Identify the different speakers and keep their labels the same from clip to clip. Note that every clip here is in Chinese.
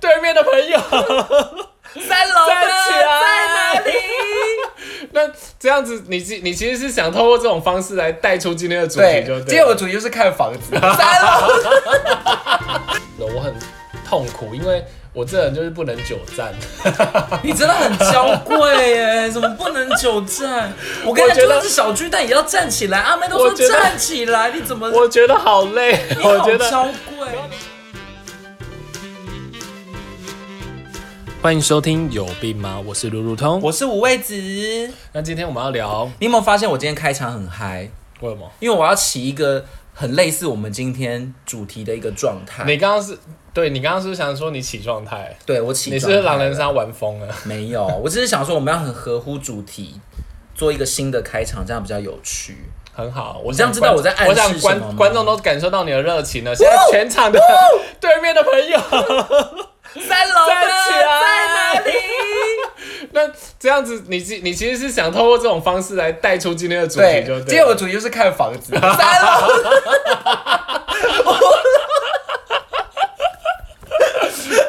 Speaker 1: 有。
Speaker 2: 三楼的
Speaker 1: 站起来
Speaker 2: 在哪里？
Speaker 1: 那这样子你，其你其实是想透过这种方式来带出今天的主题，就对
Speaker 2: 今天
Speaker 1: 了。
Speaker 2: 我的主题就是看房子，三楼的
Speaker 1: 我很痛苦，因为我这人就是不能久 站。
Speaker 2: 你真的很娇贵耶，怎么不能久站？我跟
Speaker 1: 我
Speaker 2: 你
Speaker 1: 觉
Speaker 2: 讲，
Speaker 1: 得
Speaker 2: 就算是小巨蛋也要站起来，阿妹都
Speaker 1: 我
Speaker 2: 说
Speaker 1: 觉得
Speaker 2: 站起来，你怎么？
Speaker 1: 我觉得好累，
Speaker 2: 你
Speaker 1: 我
Speaker 2: 好
Speaker 1: 觉
Speaker 2: 娇
Speaker 1: 得。
Speaker 2: 贵。
Speaker 1: 欢迎收听有病吗？我是路路通。
Speaker 2: 我是五味子，你
Speaker 1: 那今天我们要聊
Speaker 2: 有没有发现我今天开场很嗨？
Speaker 1: 为什么？
Speaker 2: 因为我要起一个很类似我们今天主题的一个状态。
Speaker 1: 你刚刚是对你刚刚是不是想说你起状态？
Speaker 2: 对我起
Speaker 1: 你是
Speaker 2: 状
Speaker 1: 不
Speaker 2: 态
Speaker 1: 是
Speaker 2: 了
Speaker 1: 狼人杀玩疯了？
Speaker 2: 没有，我只是想说我们要很合乎主题，做一个新的开场，这样比较有趣。
Speaker 1: 很好，我
Speaker 2: 这样知道我在暗示
Speaker 1: 我想
Speaker 2: 什么
Speaker 1: 观
Speaker 2: 吗
Speaker 1: 观众都感受到你的热情了。现在全场的对面的朋友，
Speaker 2: 三楼的
Speaker 1: 站起来
Speaker 2: 在哪里？
Speaker 1: 那这样子你其你其实是想透过这种方式来带出今天的主题，
Speaker 2: 对
Speaker 1: 就，
Speaker 2: 今
Speaker 1: 对
Speaker 2: 天
Speaker 1: 了。
Speaker 2: 我的主题就是看房 子，三楼的。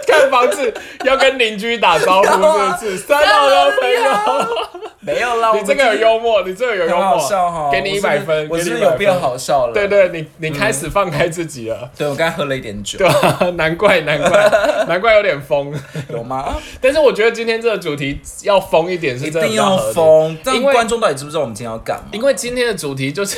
Speaker 1: 看房子要跟邻居打招呼，是 不是？三楼的朋友，
Speaker 2: 没有啦，
Speaker 1: 你这个有幽默，你这个有幽
Speaker 2: 很好
Speaker 1: 默，
Speaker 2: 笑哈，
Speaker 1: 给你一百分，
Speaker 2: 我是
Speaker 1: 给
Speaker 2: 不是
Speaker 1: 你100
Speaker 2: 有
Speaker 1: 分
Speaker 2: 变。好笑了。
Speaker 1: 对，对，你你开始放开自己了，
Speaker 2: 对我刚才喝了一点酒，
Speaker 1: 对吧？难怪难 怪难怪有点疯，
Speaker 2: 有吗？啊
Speaker 1: 但是我觉得今天这个主题要疯一点是
Speaker 2: 一
Speaker 1: 真的
Speaker 2: 定
Speaker 1: 比较
Speaker 2: 要
Speaker 1: 合理。
Speaker 2: 疯，但
Speaker 1: 因为
Speaker 2: 观众到底知不知道我们今天要干嘛？
Speaker 1: 因为今天的主题就是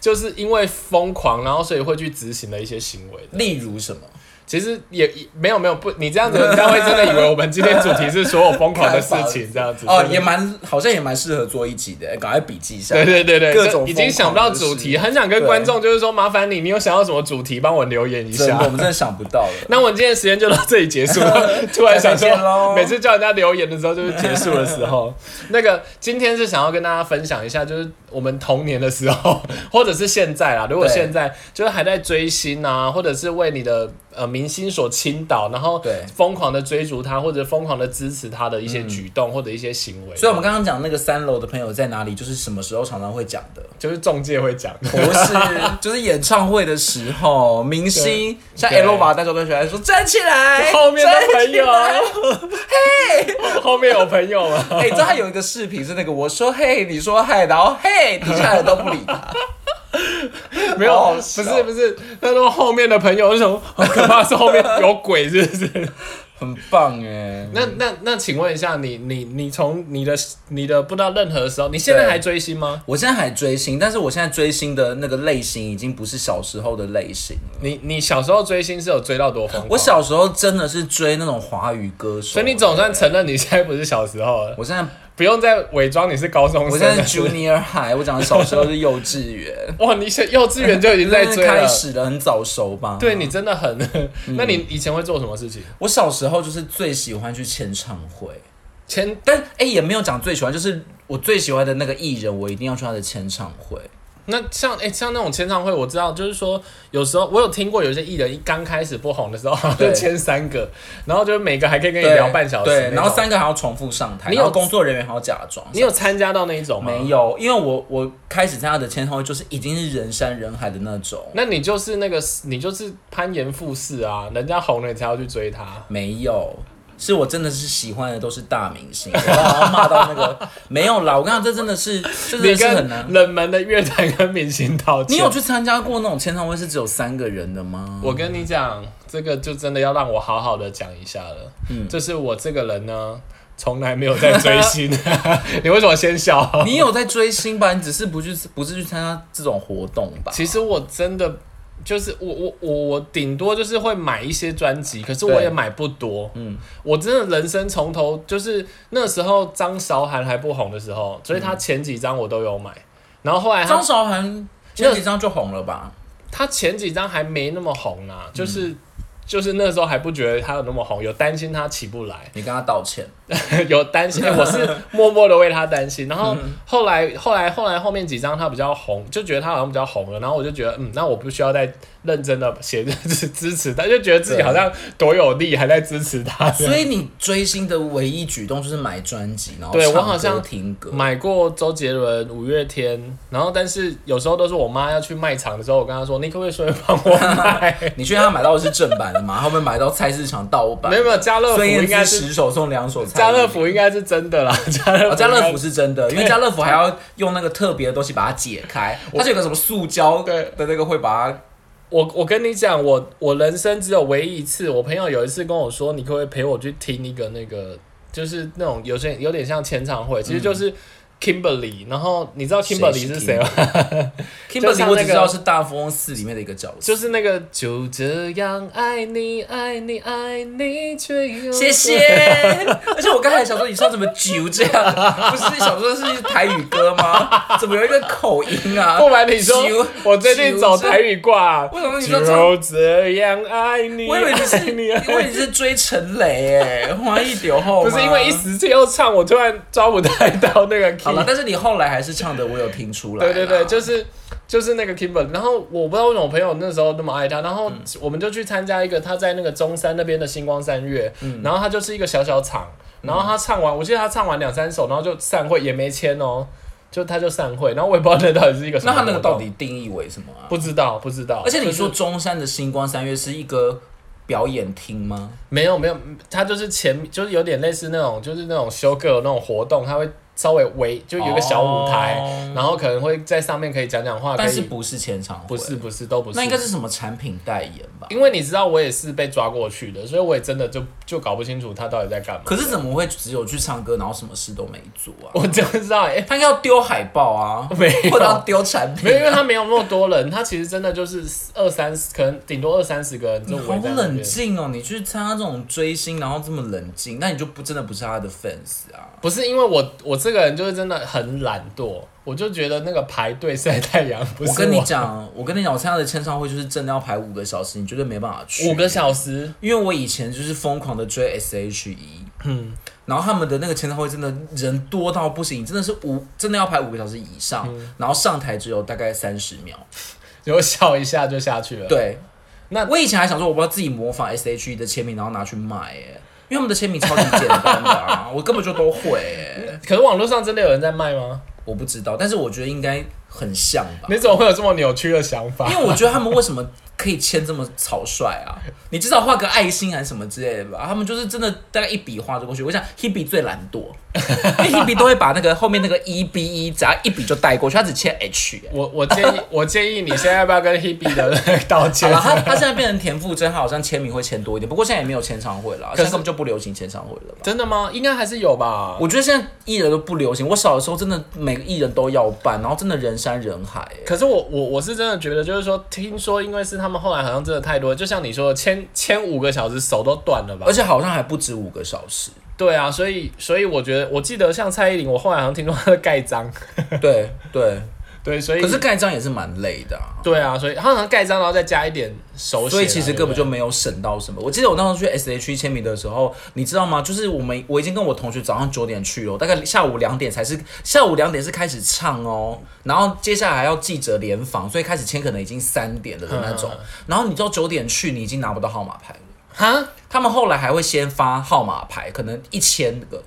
Speaker 1: 就是因为疯狂，然后所以会去执行的一些行为的。
Speaker 2: 例如什么？
Speaker 1: 其实也也没有没有不，你这样子人家会真的以为我们今天主题是所有疯狂的事情这样子。
Speaker 2: 哦，
Speaker 1: 对
Speaker 2: 也蛮好像也蛮适合做一集的，赶快笔记一下。
Speaker 1: 对对对对，
Speaker 2: 各
Speaker 1: 就
Speaker 2: 种
Speaker 1: 已经
Speaker 2: 疯
Speaker 1: 想不
Speaker 2: 狂
Speaker 1: 到
Speaker 2: 的
Speaker 1: 主
Speaker 2: 事
Speaker 1: 题，很想跟
Speaker 2: 对
Speaker 1: 观众就是说，麻烦你，你有想要什么主题，帮我留言一
Speaker 2: 真的，我
Speaker 1: 下。
Speaker 2: 们真的想不到了。
Speaker 1: 那我们今天时间就到这里结束了。 突然想
Speaker 2: 再见
Speaker 1: 说，
Speaker 2: 咯
Speaker 1: 每次叫人家留言的时候就是结束的时候。那个今天是想要跟大家分享一下，就是我们童年的时候， 或者是现在啦。如果
Speaker 2: 对
Speaker 1: 现在就是还在追星啊，或者是为你的呃明星所倾倒，然后
Speaker 2: 对
Speaker 1: 疯狂的追逐他，或者疯狂的支持他的一些举动或者一些行为。
Speaker 2: 嗯所以我们刚刚讲那个三楼的朋友在哪里，就是什么时候常常会讲的，
Speaker 1: 就是中介会 讲。
Speaker 2: 不是，就是演唱会的时候，明星像
Speaker 1: 对
Speaker 2: L 吧带走队学来说站起来，
Speaker 1: 后面的朋友啊
Speaker 2: 站起 来，
Speaker 1: 后面有朋友吗？
Speaker 2: 哎、你知道他有一个视频是那个我说嘿，你说嗨，然后嘿，底下人都不理 他，
Speaker 1: 没有，
Speaker 2: 好好
Speaker 1: 不
Speaker 2: 笑
Speaker 1: 是不是，他说后面的朋友，我 想好可怕，是后面有鬼是不是？
Speaker 2: 很棒哎。
Speaker 1: 那那那，请问一下，你你你从你的你的不知道任何时候，你现在
Speaker 2: 对
Speaker 1: 还追星吗？
Speaker 2: 我现在还追星，但是我现在追星的那个类型已经不是小时候的类型了。
Speaker 1: 你你小时候追星是有追到多疯狂？
Speaker 2: 我，小时候真的是追那种华语歌手，
Speaker 1: 哦所以你总算承认你现在不是小时候了，
Speaker 2: 我现在
Speaker 1: 不用再伪装你是高中
Speaker 2: 我
Speaker 1: 生
Speaker 2: 现在
Speaker 1: 了。
Speaker 2: 是 junior high，我讲的小时候是幼稚园，
Speaker 1: 哇，你小幼稚园就已经 在 嗯
Speaker 2: 就是
Speaker 1: 追了
Speaker 2: 开。始了，很早熟吧？
Speaker 1: 对你真的很，那你以前会做什么事情？
Speaker 2: 我小时候就是最喜欢去签唱会，
Speaker 1: 前
Speaker 2: 但哎、也没有讲最喜欢，就是我最喜欢的那个艺人，我一定要去他的签唱会。
Speaker 1: 那像哎、像那种签唱会，我知道，就是说有时候我有听过有些艺人一刚开始不红的时候，
Speaker 2: 对
Speaker 1: 就签三个，然后就是每个还可以跟你
Speaker 2: 对，
Speaker 1: 聊半小时那种。
Speaker 2: 对，然后三个还要重复上台，
Speaker 1: 你
Speaker 2: 你
Speaker 1: 有
Speaker 2: 有工作人员还要假装。
Speaker 1: 你有参加到那一种吗？
Speaker 2: 没。有？因为我我开始参加的签唱会就是已经是人山人海的那种，
Speaker 1: 那你就是那个，你就是攀岩附势啊，人家红了你才要去追他。
Speaker 2: 没有，是我真的是喜欢的都是大明星，我好像骂到那个没有啦。我跟你讲，这真的是，这真
Speaker 1: 你
Speaker 2: 的是很
Speaker 1: 跟
Speaker 2: 难。
Speaker 1: 冷门的乐团跟明星道歉。
Speaker 2: 你有去参加过那种签唱会是只有三个人的吗？
Speaker 1: 我跟你讲，这个就真的要让我好好的讲一下了。嗯，就是我这个人呢，从来没有在追星。 你为什么先笑？
Speaker 2: 你有在追星吧？你只是不去，不是去参加这种活动吧？
Speaker 1: 其实我真的就是我我我我顶多就是会买一些专辑，可是我
Speaker 2: 对
Speaker 1: 也买不多。嗯，我真的人生从头就是那时候张韶涵还不红的时候，所以她前几张我都有买。然后后来她
Speaker 2: 张韶涵前几张就红了吧？
Speaker 1: 她前几张还没那么红啊，就是、就是那时候还不觉得她有那么红，有担心她起不来，
Speaker 2: 你跟他道歉，
Speaker 1: 有担心、哎我是默默的为她担心。然后后嗯来后来后来后面几张她比较红，就觉得她好像比较红了，然后我就觉得嗯，那我不需要再认真的写支支持他，就觉得自己好像多有力，还在支持 他。
Speaker 2: 所以你追星的唯一举动就是买专辑，然后
Speaker 1: 对我
Speaker 2: 唱歌
Speaker 1: 好像
Speaker 2: 听歌，
Speaker 1: 买过周杰伦、五月天，然后但是有时候都是我妈要去卖场的时候，我跟她说：“你可不可以顺便帮我买
Speaker 2: 你确定他买到的是正版的吗？他们买到菜市场盗？” 版？
Speaker 1: 没有没有，家 乐福
Speaker 2: 孙燕
Speaker 1: 应该
Speaker 2: 姿
Speaker 1: 是
Speaker 2: 十首送两首菜。
Speaker 1: 家乐福应该是真的啦，家乐
Speaker 2: 哦，
Speaker 1: 福
Speaker 2: 家乐福
Speaker 1: 应
Speaker 2: 是真的，因为家乐福还要用那个特别的东西把它解开，它是有个什么塑胶
Speaker 1: 对
Speaker 2: 的那个会把它。
Speaker 1: 该我我跟你讲，我我人生只有唯一一次，我朋友有一次跟我说：“你可不可以陪我去听一个那个，就是那种有些有点像签唱会，其实就是
Speaker 2: 嗯
Speaker 1: Kimberly。”然后你知道 Kimberly 是谁吗？就
Speaker 2: Kimberly
Speaker 1: 像那个
Speaker 2: 我只知道是大富翁四里面的一个角 色，
Speaker 1: 就是那个就这样爱你爱你爱你，却又
Speaker 2: 谢谢。而且我刚才想说你唱怎么酒这样， 不是想说是台语歌吗？怎么有一个口音啊？
Speaker 1: 不瞒你说
Speaker 2: 啾，
Speaker 1: 我最近走台
Speaker 2: 啾
Speaker 1: 语挂，
Speaker 2: 为什么你说唱
Speaker 1: 就这样爱你，
Speaker 2: 我以为你是，
Speaker 1: 爱 你爱
Speaker 2: 因为你是追陈雷哎，花一流后
Speaker 1: 不
Speaker 2: 吗
Speaker 1: 是因为一。时又唱，我突然抓不太到那个 key
Speaker 2: 好。了，嗯但是你后来还是唱的，我有听出来啦。
Speaker 1: 对对对，就是就是那个 Kimber，然后我不知道为什么我朋友那时候那么爱他，然后
Speaker 2: 嗯
Speaker 1: 我们就去参加一个他在那个中山那边的星光三月，
Speaker 2: 嗯
Speaker 1: 然后他就是一个小小场，然后他唱完，我记得他唱完两三首，然后就散会，也没签哦，就他就散会，然后我也不知道那到底是一个什么活
Speaker 2: 那他
Speaker 1: 动，
Speaker 2: 那个到底定义为什么啊？
Speaker 1: 不知道不知道，
Speaker 2: 而且你
Speaker 1: 就是
Speaker 2: 说中山的星光三月是一个表演厅吗？
Speaker 1: 没有没有，他就是前就是有点类似那种就是那种修 girl 那种活动，他会稍微围就有一个小舞台，
Speaker 2: 哦
Speaker 1: 然后可能会在上面可以讲讲话，
Speaker 2: 但
Speaker 1: 可
Speaker 2: 是
Speaker 1: 以
Speaker 2: 不是前场
Speaker 1: 不是不是都不是，
Speaker 2: 那应该是什么产品代言吧？
Speaker 1: 因为你知道我也是被抓过去的，所以我也真的就就搞不清楚他到底在干嘛。
Speaker 2: 可是怎么会只有去唱歌，然后什么事都没做啊？
Speaker 1: 我真不知道哎、
Speaker 2: 他应该要丢海报啊，
Speaker 1: 没有
Speaker 2: 或者要丢产品啊
Speaker 1: 没有，因为他没有那么多人，他其实真的就是二三十，可能顶多二三十个人就
Speaker 2: 你好
Speaker 1: 围在那
Speaker 2: 冷
Speaker 1: 边。
Speaker 2: 静哦！你去参加这种追星，然后这么冷静，那你就不真的不是他的 fans 啊？
Speaker 1: 不是因为我我这个人就是真的很懒惰，我就觉得那个排队晒太阳不是
Speaker 2: 我跟你讲，我跟你讲，我参加的签唱会就是真的要排五个小时，你绝对没办法去。
Speaker 1: 五个小时，
Speaker 2: 因为我以前就是疯狂的追 S.H.E，嗯，然后他们的那个签唱会真的人多到不行，真的是五真的要排五个小时以上，
Speaker 1: 嗯
Speaker 2: 然后上台只有大概三十秒。
Speaker 1: 有笑一下就下去了。
Speaker 2: 对，
Speaker 1: 那
Speaker 2: 我以前还想说，我不要自己模仿 S.H.E 的签名，然后拿去卖耶，因为他们的签名超级简单的啊， 我根本就都会耶，
Speaker 1: 可是网络上真的有人在卖吗？
Speaker 2: 我不知道，但是我觉得应该很像吧，
Speaker 1: 你怎么会有这么扭曲的想法？
Speaker 2: 因为我觉得他们为什么可以签这么草率啊？你至少画个爱心还是什么之类的吧？他们就是真的大概一笔画就过去。我想 Hebe 最懒惰，因为 Hebe 都会把那个后面那个 E B E 只要一笔就带过去，他只签 H、欸。
Speaker 1: 我我建议我建议你现在要不要跟 Hebe 的 那个道
Speaker 2: 好
Speaker 1: 歉
Speaker 2: 了，？他他现在变成田馥甄，他好像签名会签多一点，不过现在也没有签唱会了，
Speaker 1: 是
Speaker 2: 现在根本就不流行签唱会了吧？
Speaker 1: 真的吗？应该还是有吧。
Speaker 2: 我觉得现在艺人都不流行，我小的时候真的每个艺人都要办，然后真的人山人海、欸。
Speaker 1: 可是我我我是真的觉得，就是说，听说因为是他们后来好像真的太多，就像你说的，签签五个小时手都断了吧
Speaker 2: 而？且好像还不止五个 小时，
Speaker 1: 对啊，所以所以我觉得，我记得像蔡依林，我后来好像听说她的盖章，
Speaker 2: 对对，
Speaker 1: 对，所以
Speaker 2: 可是盖章也是蛮累的、啊。
Speaker 1: 对啊，所以她好像盖章，然后再加一点手写啊，
Speaker 2: 所以其实根本
Speaker 1: 对
Speaker 2: 就没有省到什么。我记得我那时候去 S H E 签名的时候，你知道吗？就是我们我已经跟我同学早上九点去了，哦我大概下午两点才是下午两点是开始唱哦，然后接下来还要记者联访，所以开始签可能已经三点了的那
Speaker 1: 嗯
Speaker 2: 种。然后你知道九点去，你已经拿不到号码牌了。
Speaker 1: 不对哈，
Speaker 2: 他们后来还会先发号码牌，可能一千个，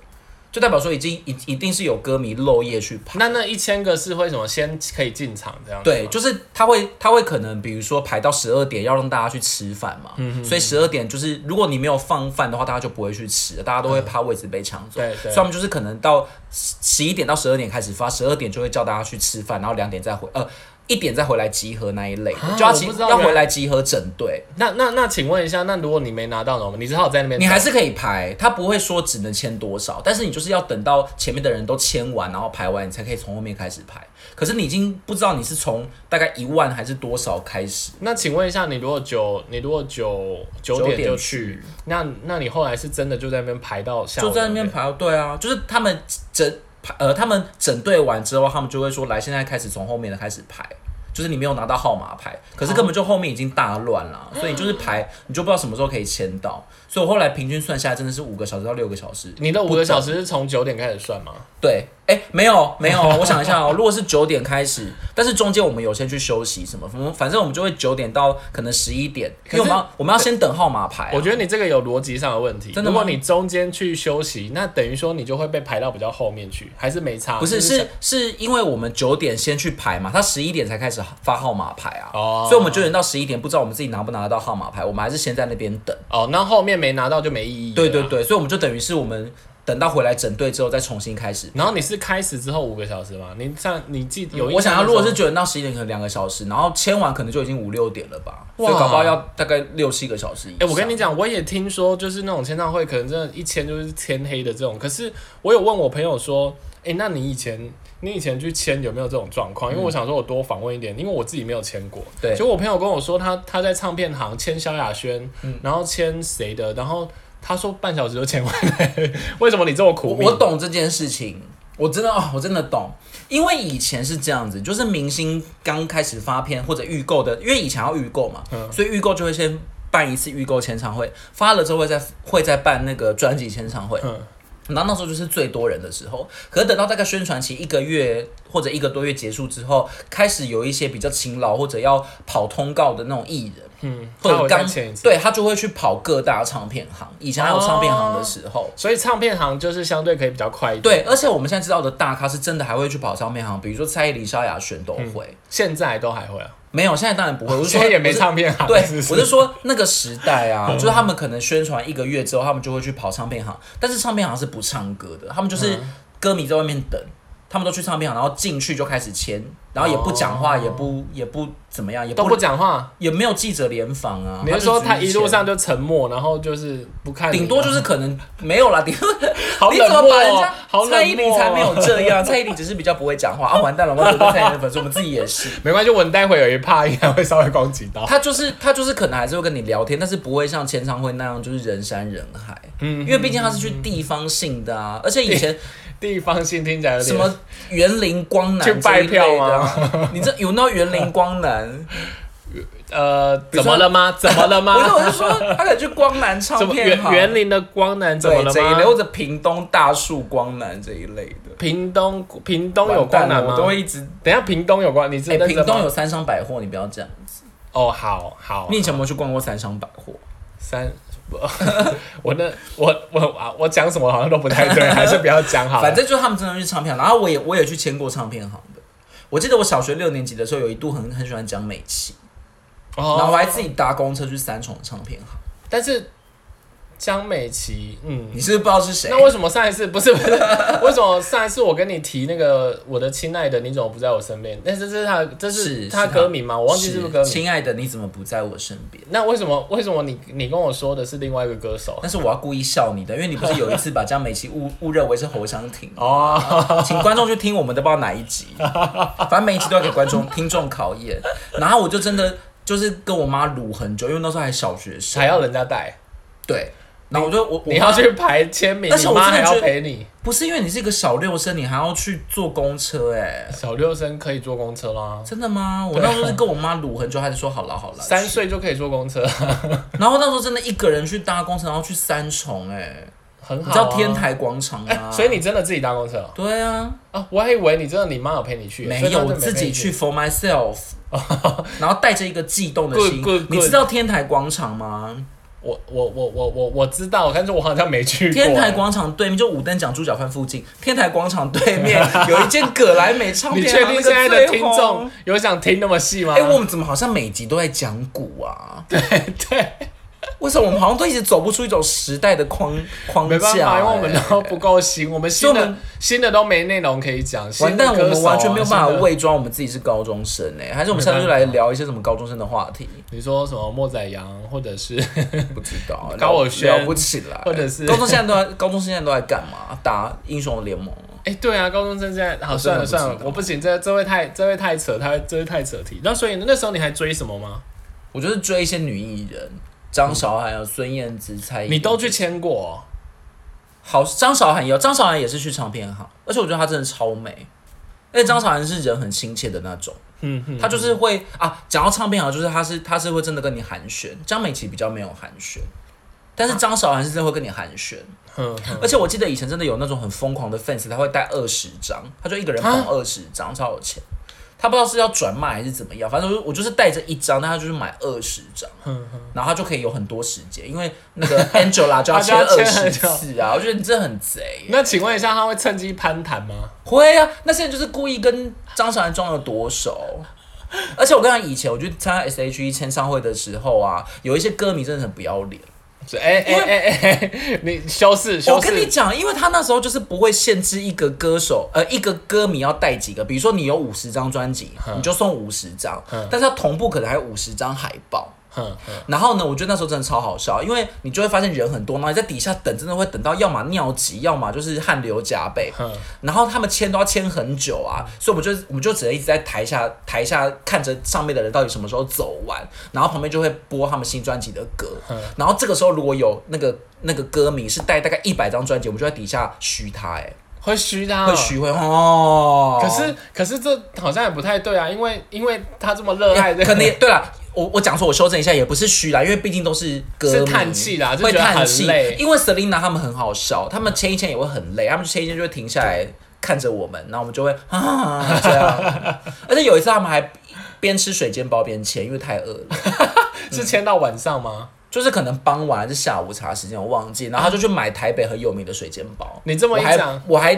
Speaker 2: 就代表说已经一一定是有歌迷漏夜去排。
Speaker 1: 那那一千个是会什么？先可以进场这样子吗
Speaker 2: 对，就是他会，他会可能比如说排到十二点要让大家去吃饭嘛，
Speaker 1: 嗯
Speaker 2: 所以十二点就是如果你没有放饭的话，大家就不会去吃了，大家都会怕位置被抢走，
Speaker 1: 对对
Speaker 2: 所以他们就是可能到十一点到十二点开始发，十二点就会叫大家去吃饭，然后两点再回呃。一点再回来集合那一类的，
Speaker 1: 啊
Speaker 2: 就要
Speaker 1: 我
Speaker 2: 集
Speaker 1: 不知道
Speaker 2: 要
Speaker 1: 原来
Speaker 2: 回来集合整队，
Speaker 1: 那那那，请问一下，那如果你没拿到怎么办？你只好在那边等，
Speaker 2: 你还是可以排，他不会说只能签多少，但是你就是要等到前面的人都签完，然后排完，你才可以从后面开始排。可是你已经不知道你是从大概一万还是多少开始，
Speaker 1: 那请问一下，你如果九，你如果九九
Speaker 2: 九
Speaker 1: 点就
Speaker 2: 点
Speaker 1: 去，那那你后来是真的就在那边排到下午两
Speaker 2: 就
Speaker 1: 点，
Speaker 2: 在那边排。对啊，就是他们整排呃，他们整队完之后，他们就会说来，现在开始从后面的开始排。就是你没有拿到号码牌，可是根本就后面已经大乱了，所以就是牌你就不知道什么时候可以签到，所以我后来平均算下来真的是五个小时到六个小时。
Speaker 1: 你的五个小时是从九点开始算吗？
Speaker 2: 对，哎、没有没有， 我想一下哦，如果是九点开始，但是中间我们有先去休息什么，我们反正我们就会九点到可能十一点，因为我们要我们要先等号码牌啊、
Speaker 1: 我觉得你这个有逻辑上的问题。
Speaker 2: 真的
Speaker 1: 如
Speaker 2: 吗
Speaker 1: 果你中间去休息，那等于说你就会被排到比较后面去，还是没差？
Speaker 2: 不是，
Speaker 1: 就是
Speaker 2: 是因为我们九点先去排嘛，他十一点才开始发号码牌啊，
Speaker 1: 哦
Speaker 2: 所以我们九点到十一点不知道我们自己拿不拿得到号码牌，我们还是先在那边等。
Speaker 1: 哦，那后面没拿到就没意义。
Speaker 2: 对对。啊对，所以我们就等于是我们等到回来整队之后再重新开始。
Speaker 1: 然后你是开始之后五个小时吗？你像你记有印象的时候、
Speaker 2: 我想要如果是九点到十一点，可能两个小时，然后签完可能就已经五六点了吧，所以搞不好要大概六七个小时以
Speaker 1: 哎、
Speaker 2: 上。
Speaker 1: 我跟你讲，我也听说，就是那种签唱会，可能真的一签就是天黑的这种。可是我有问我朋友说，哎、那你以前你以前去签有没有这种状况？因为我想说，我多访问一点，因为我自己没有签过。
Speaker 2: 嗯对
Speaker 1: 就我朋友跟我说他，他在唱片行签萧亚轩，
Speaker 2: 嗯
Speaker 1: 然后签谁的，然后他说半小时就签完了。 为什么你这么苦
Speaker 2: 我
Speaker 1: 命？
Speaker 2: 我懂这件事情，我真的哦，我真的懂，因为以前是这样子，就是明星刚开始发片或者预购的，因为以前要预购嘛，
Speaker 1: 嗯
Speaker 2: 所以预购就会先办一次预购签唱会，发了之后会再会再办那个专辑签唱会。
Speaker 1: 嗯
Speaker 2: 然后那时候就是最多人的时候，可是等到大概宣传期一个月或者一个多月结束之后，开始有一些比较勤劳或者要跑通告的那种艺人，
Speaker 1: 嗯，
Speaker 2: 或
Speaker 1: 那
Speaker 2: 者
Speaker 1: 我再
Speaker 2: 刚
Speaker 1: 签一次。
Speaker 2: 对他就会去跑各大唱片行。以前还有唱片行的时候，
Speaker 1: 所以唱片行就是相对可以比较快一点。
Speaker 2: 对，，而且我们现在知道的大咖是真的还会去跑唱片行，比如说蔡依林、萧亚轩都会。
Speaker 1: 现在都还会啊，
Speaker 2: 没有，现在当然不会。我是
Speaker 1: 嗯现
Speaker 2: 说
Speaker 1: 在也没唱片行。
Speaker 2: 对，
Speaker 1: 是不嗯是
Speaker 2: 我是说那个时代啊，就是他们可能宣传一个月之后，他们就会去跑唱片行，但是唱片行是不唱歌的，他们就是
Speaker 1: 嗯
Speaker 2: 歌迷在外面等，他们都去唱片行，然后进去就开始签，然后也不讲话，
Speaker 1: 哦
Speaker 2: 也不也不怎么样，也
Speaker 1: 都
Speaker 2: 不
Speaker 1: 不讲话。
Speaker 2: 也没有记者联访啊。
Speaker 1: 你是
Speaker 2: 就
Speaker 1: 说
Speaker 2: 只
Speaker 1: 他一路
Speaker 2: 签
Speaker 1: 上嗯就沉默，然后就是不看你吗，
Speaker 2: 顶多就是可能没有啦，顶多
Speaker 1: 好
Speaker 2: 你
Speaker 1: 冷
Speaker 2: 怎么
Speaker 1: 漠
Speaker 2: 把人
Speaker 1: 哦
Speaker 2: 家，
Speaker 1: 好
Speaker 2: 蔡
Speaker 1: 冷
Speaker 2: 依
Speaker 1: 漠
Speaker 2: 林
Speaker 1: 哦。
Speaker 2: 才没有这样，蔡依林只是比较不会讲话啊，完蛋了，我们得罪蔡依林的粉丝，我们自己也是。
Speaker 1: 没关系，我们待会有一趴应该会稍微攻击到。
Speaker 2: 他就是他就是可能还是会跟你聊天，但是不会像签唱会那样就是人山人海，嗯，因为毕竟他是去地方性的啊，而且以前
Speaker 1: 地方性听起来有
Speaker 2: 什
Speaker 1: 点
Speaker 2: 么园林光南
Speaker 1: 去拜票
Speaker 2: 这一类 的啊？你这有那园林光南？
Speaker 1: 呃，
Speaker 2: 如说
Speaker 1: 怎么了吗？怎么了
Speaker 2: 不是， 我
Speaker 1: 吗？
Speaker 2: 是说他可能去光南唱
Speaker 1: 怎么
Speaker 2: 片
Speaker 1: 园
Speaker 2: 行，
Speaker 1: 园林的光南怎么
Speaker 2: 对
Speaker 1: 了
Speaker 2: 这一类，
Speaker 1: 吗？
Speaker 2: 或者屏东大树光南这一类的。
Speaker 1: 屏东屏东有
Speaker 2: 完
Speaker 1: 光
Speaker 2: 蛋了
Speaker 1: 南吗
Speaker 2: 我？都会一直
Speaker 1: 等一下屏东有光，你
Speaker 2: 哎、
Speaker 1: 真的
Speaker 2: 屏
Speaker 1: 真的
Speaker 2: 东
Speaker 1: 吗
Speaker 2: 有三商百货，你不要这样子。
Speaker 1: 哦，好好
Speaker 2: 你以前有没有去逛过三商百货？
Speaker 1: 三。 我那我我啊，我讲什么好像都不太 对，还是不要讲好了。
Speaker 2: 反正就是他们真的去唱片行，然后我也我也去签过唱片行的。我记得我小学六年级的时候，有一度很很喜欢讲美琪，然后我
Speaker 1: 哦，
Speaker 2: 还自己搭公车去三重唱片行。
Speaker 1: 但是江美琪，嗯，
Speaker 2: 你是不是不知道是谁
Speaker 1: 那？为什么上一次不是不是？为什么上一次我跟你提那个我的亲爱的你怎么不在我身边？那这是他这
Speaker 2: 是
Speaker 1: 是
Speaker 2: 是
Speaker 1: 他
Speaker 2: 他
Speaker 1: 歌名吗？我忘记是不是歌名。
Speaker 2: 亲爱的，你怎么不在我身边？
Speaker 1: 那为什么为什么你你跟我说的是另外一个歌手？
Speaker 2: 但是我要故意笑你的，因为你不是有一次把江美琪误误认为是侯湘婷，
Speaker 1: 哦，
Speaker 2: 请观众去听我们的不知道哪一集，反正每一集都要给观众听众考验。然后我就真的就是跟我妈撸很久，因为那时候还小学生
Speaker 1: 还，要人家带，
Speaker 2: 对。然后我就我我
Speaker 1: 你要去排签名，
Speaker 2: 而且
Speaker 1: 你
Speaker 2: 我
Speaker 1: 妈
Speaker 2: 真
Speaker 1: 还
Speaker 2: 的觉
Speaker 1: 要
Speaker 2: 得
Speaker 1: 陪你。
Speaker 2: 不是因为你是一个小六生，你还要去坐公车哎、
Speaker 1: 小六生可以坐公车啦，
Speaker 2: 真的吗？我
Speaker 1: 对啊
Speaker 2: 那时候是跟我妈撸很久，她就说好了好了。
Speaker 1: 三岁就可以坐公车，
Speaker 2: 然后那时候真的一个人去搭公车，然后去三重哎、
Speaker 1: 很
Speaker 2: 你
Speaker 1: 好、啊。
Speaker 2: 知道天台广场
Speaker 1: 哎、
Speaker 2: 啊、
Speaker 1: 所以你真的自己搭公车哦
Speaker 2: 对啊，
Speaker 1: 啊？我还以为你真的你妈有陪你去，
Speaker 2: 没
Speaker 1: 所以她
Speaker 2: 有
Speaker 1: 真
Speaker 2: 我
Speaker 1: 的没
Speaker 2: 自
Speaker 1: 陪
Speaker 2: 己
Speaker 1: 你
Speaker 2: 去 for myself，然后带着一个悸动的
Speaker 1: Good,
Speaker 2: 心
Speaker 1: good, good
Speaker 2: 你知道天台广场吗？
Speaker 1: 我我我我我我知道，但是我好像没去过。
Speaker 2: 天台广场对面就五等奖猪脚饭附近，天台广场对面有一间葛莱美唱
Speaker 1: 你
Speaker 2: 片、啊，
Speaker 1: 确定现在的
Speaker 2: 那个最
Speaker 1: 听
Speaker 2: 红
Speaker 1: 众？有想听那么细吗？
Speaker 2: 哎、我们怎么好像每集都在讲古啊？
Speaker 1: 对，
Speaker 2: 为什么我们好像都一直走不出一种时代的框框
Speaker 1: 没
Speaker 2: 架、
Speaker 1: 办法，因为我们
Speaker 2: 哎
Speaker 1: 都不够新，我们新
Speaker 2: 所以我
Speaker 1: 的
Speaker 2: 们
Speaker 1: 新的都没内容可以讲。新
Speaker 2: 完
Speaker 1: 的
Speaker 2: 蛋，我
Speaker 1: 歌
Speaker 2: 们
Speaker 1: 手啊
Speaker 2: 完全没有办法。
Speaker 1: 新的
Speaker 2: 伪装我们自己是高中生哎、还是我们下次就来聊一些什么高中生的话题？
Speaker 1: 你说什么莫仔阳，或者是
Speaker 2: 不知道，
Speaker 1: 高尔宣
Speaker 2: 聊不起来，
Speaker 1: 或者是
Speaker 2: 高中现在都在，高中现在都在干嘛？打英雄联盟。
Speaker 1: 哎、对啊，高中生现在好
Speaker 2: 真
Speaker 1: 算
Speaker 2: 的
Speaker 1: 了
Speaker 2: 不知道
Speaker 1: 算了，我不行，这这位太这位太扯，他这位太扯题。那所以那时候你还追什么吗？
Speaker 2: 我就是追一些女艺人，张韶涵、有孙燕姿、蔡依林，
Speaker 1: 你都去签过、哦
Speaker 2: 好，张韶涵有，张韶涵也是去唱片行，而且我觉得她真的超美。而且张韶涵是人很亲切的那种，
Speaker 1: 嗯嗯，
Speaker 2: 她就是会啊，讲到唱片好，像就是她是她是会真的跟你寒暄，江美琪比较没有寒暄，但是张韶涵是真的会跟你寒暄，
Speaker 1: 嗯嗯
Speaker 2: 而且我记得以前真的有那种很疯狂的 fans，他会带二十张，他就一个人
Speaker 1: 啊
Speaker 2: 捧二十张，超有钱。他不知道是要转卖还是怎么样，反正我就我就是带着一张，但他就是买二十张，
Speaker 1: 嗯嗯，
Speaker 2: 然后他就可以有很多时间，因为那个 Angela 就要签
Speaker 1: 他就要
Speaker 2: 二
Speaker 1: 签
Speaker 2: 十
Speaker 1: 很久
Speaker 2: 次啊，我觉得你真的很贼。
Speaker 1: 那请问一下，他会趁机攀谈吗？
Speaker 2: 会啊，那现在就是故意跟张韶涵装的多熟。而且我跟你讲，以前我去参加 S H E 签唱会的时候啊，有一些歌迷真的很不要脸。
Speaker 1: 是哎哎哎哎哎，你修饰
Speaker 2: 我
Speaker 1: 修
Speaker 2: 跟你
Speaker 1: 饰，
Speaker 2: 讲，因为他那时候就是不会限制一个歌手，呃，一个歌迷要带几个，比如说你有五十张专辑，你就送五十张，但是要同步可能还有五十张海报。
Speaker 1: 哼哼
Speaker 2: 然后呢，我觉得那时候真的超好笑，因为你就会发现人很多，然后你在底下等，真的会等到要么尿急，要么就是汗流浃背。
Speaker 1: 哼，
Speaker 2: 然后他们签都要签很久啊，所以我们就我们就只能一直在台下台下看着上面的人到底什么时候走完，然后旁边就会播他们新专辑的歌，
Speaker 1: 嗯
Speaker 2: 然后这个时候如果有那个那个歌迷是带大概一百张专辑，我们就在底下嘘他、欸，
Speaker 1: 会虚他、哦，
Speaker 2: 哎，会嘘会哦，
Speaker 1: 可是可是这好像也不太对啊，因为因为他这么热爱这
Speaker 2: 可能也
Speaker 1: 个，
Speaker 2: 对了，我我讲错，我修正一下，也不是虚啦，因为毕竟都是歌迷
Speaker 1: 是叹气啦就
Speaker 2: 会
Speaker 1: 觉得
Speaker 2: 叹
Speaker 1: 很
Speaker 2: 气
Speaker 1: 累。
Speaker 2: 因为 Selina 他们很好笑，他们签一签也会很累，他们签一签就会停下来看着我们，然后我们就会啊这样。而且有一次他们还边吃水煎包边签，因为太饿了，
Speaker 1: 是签到晚上吗？
Speaker 2: 就是可能傍晚还是下午茶时间我忘记，然后他就去买台北很有名的水煎包。
Speaker 1: 你这么
Speaker 2: 我
Speaker 1: 一
Speaker 2: 还
Speaker 1: 讲，
Speaker 2: 我还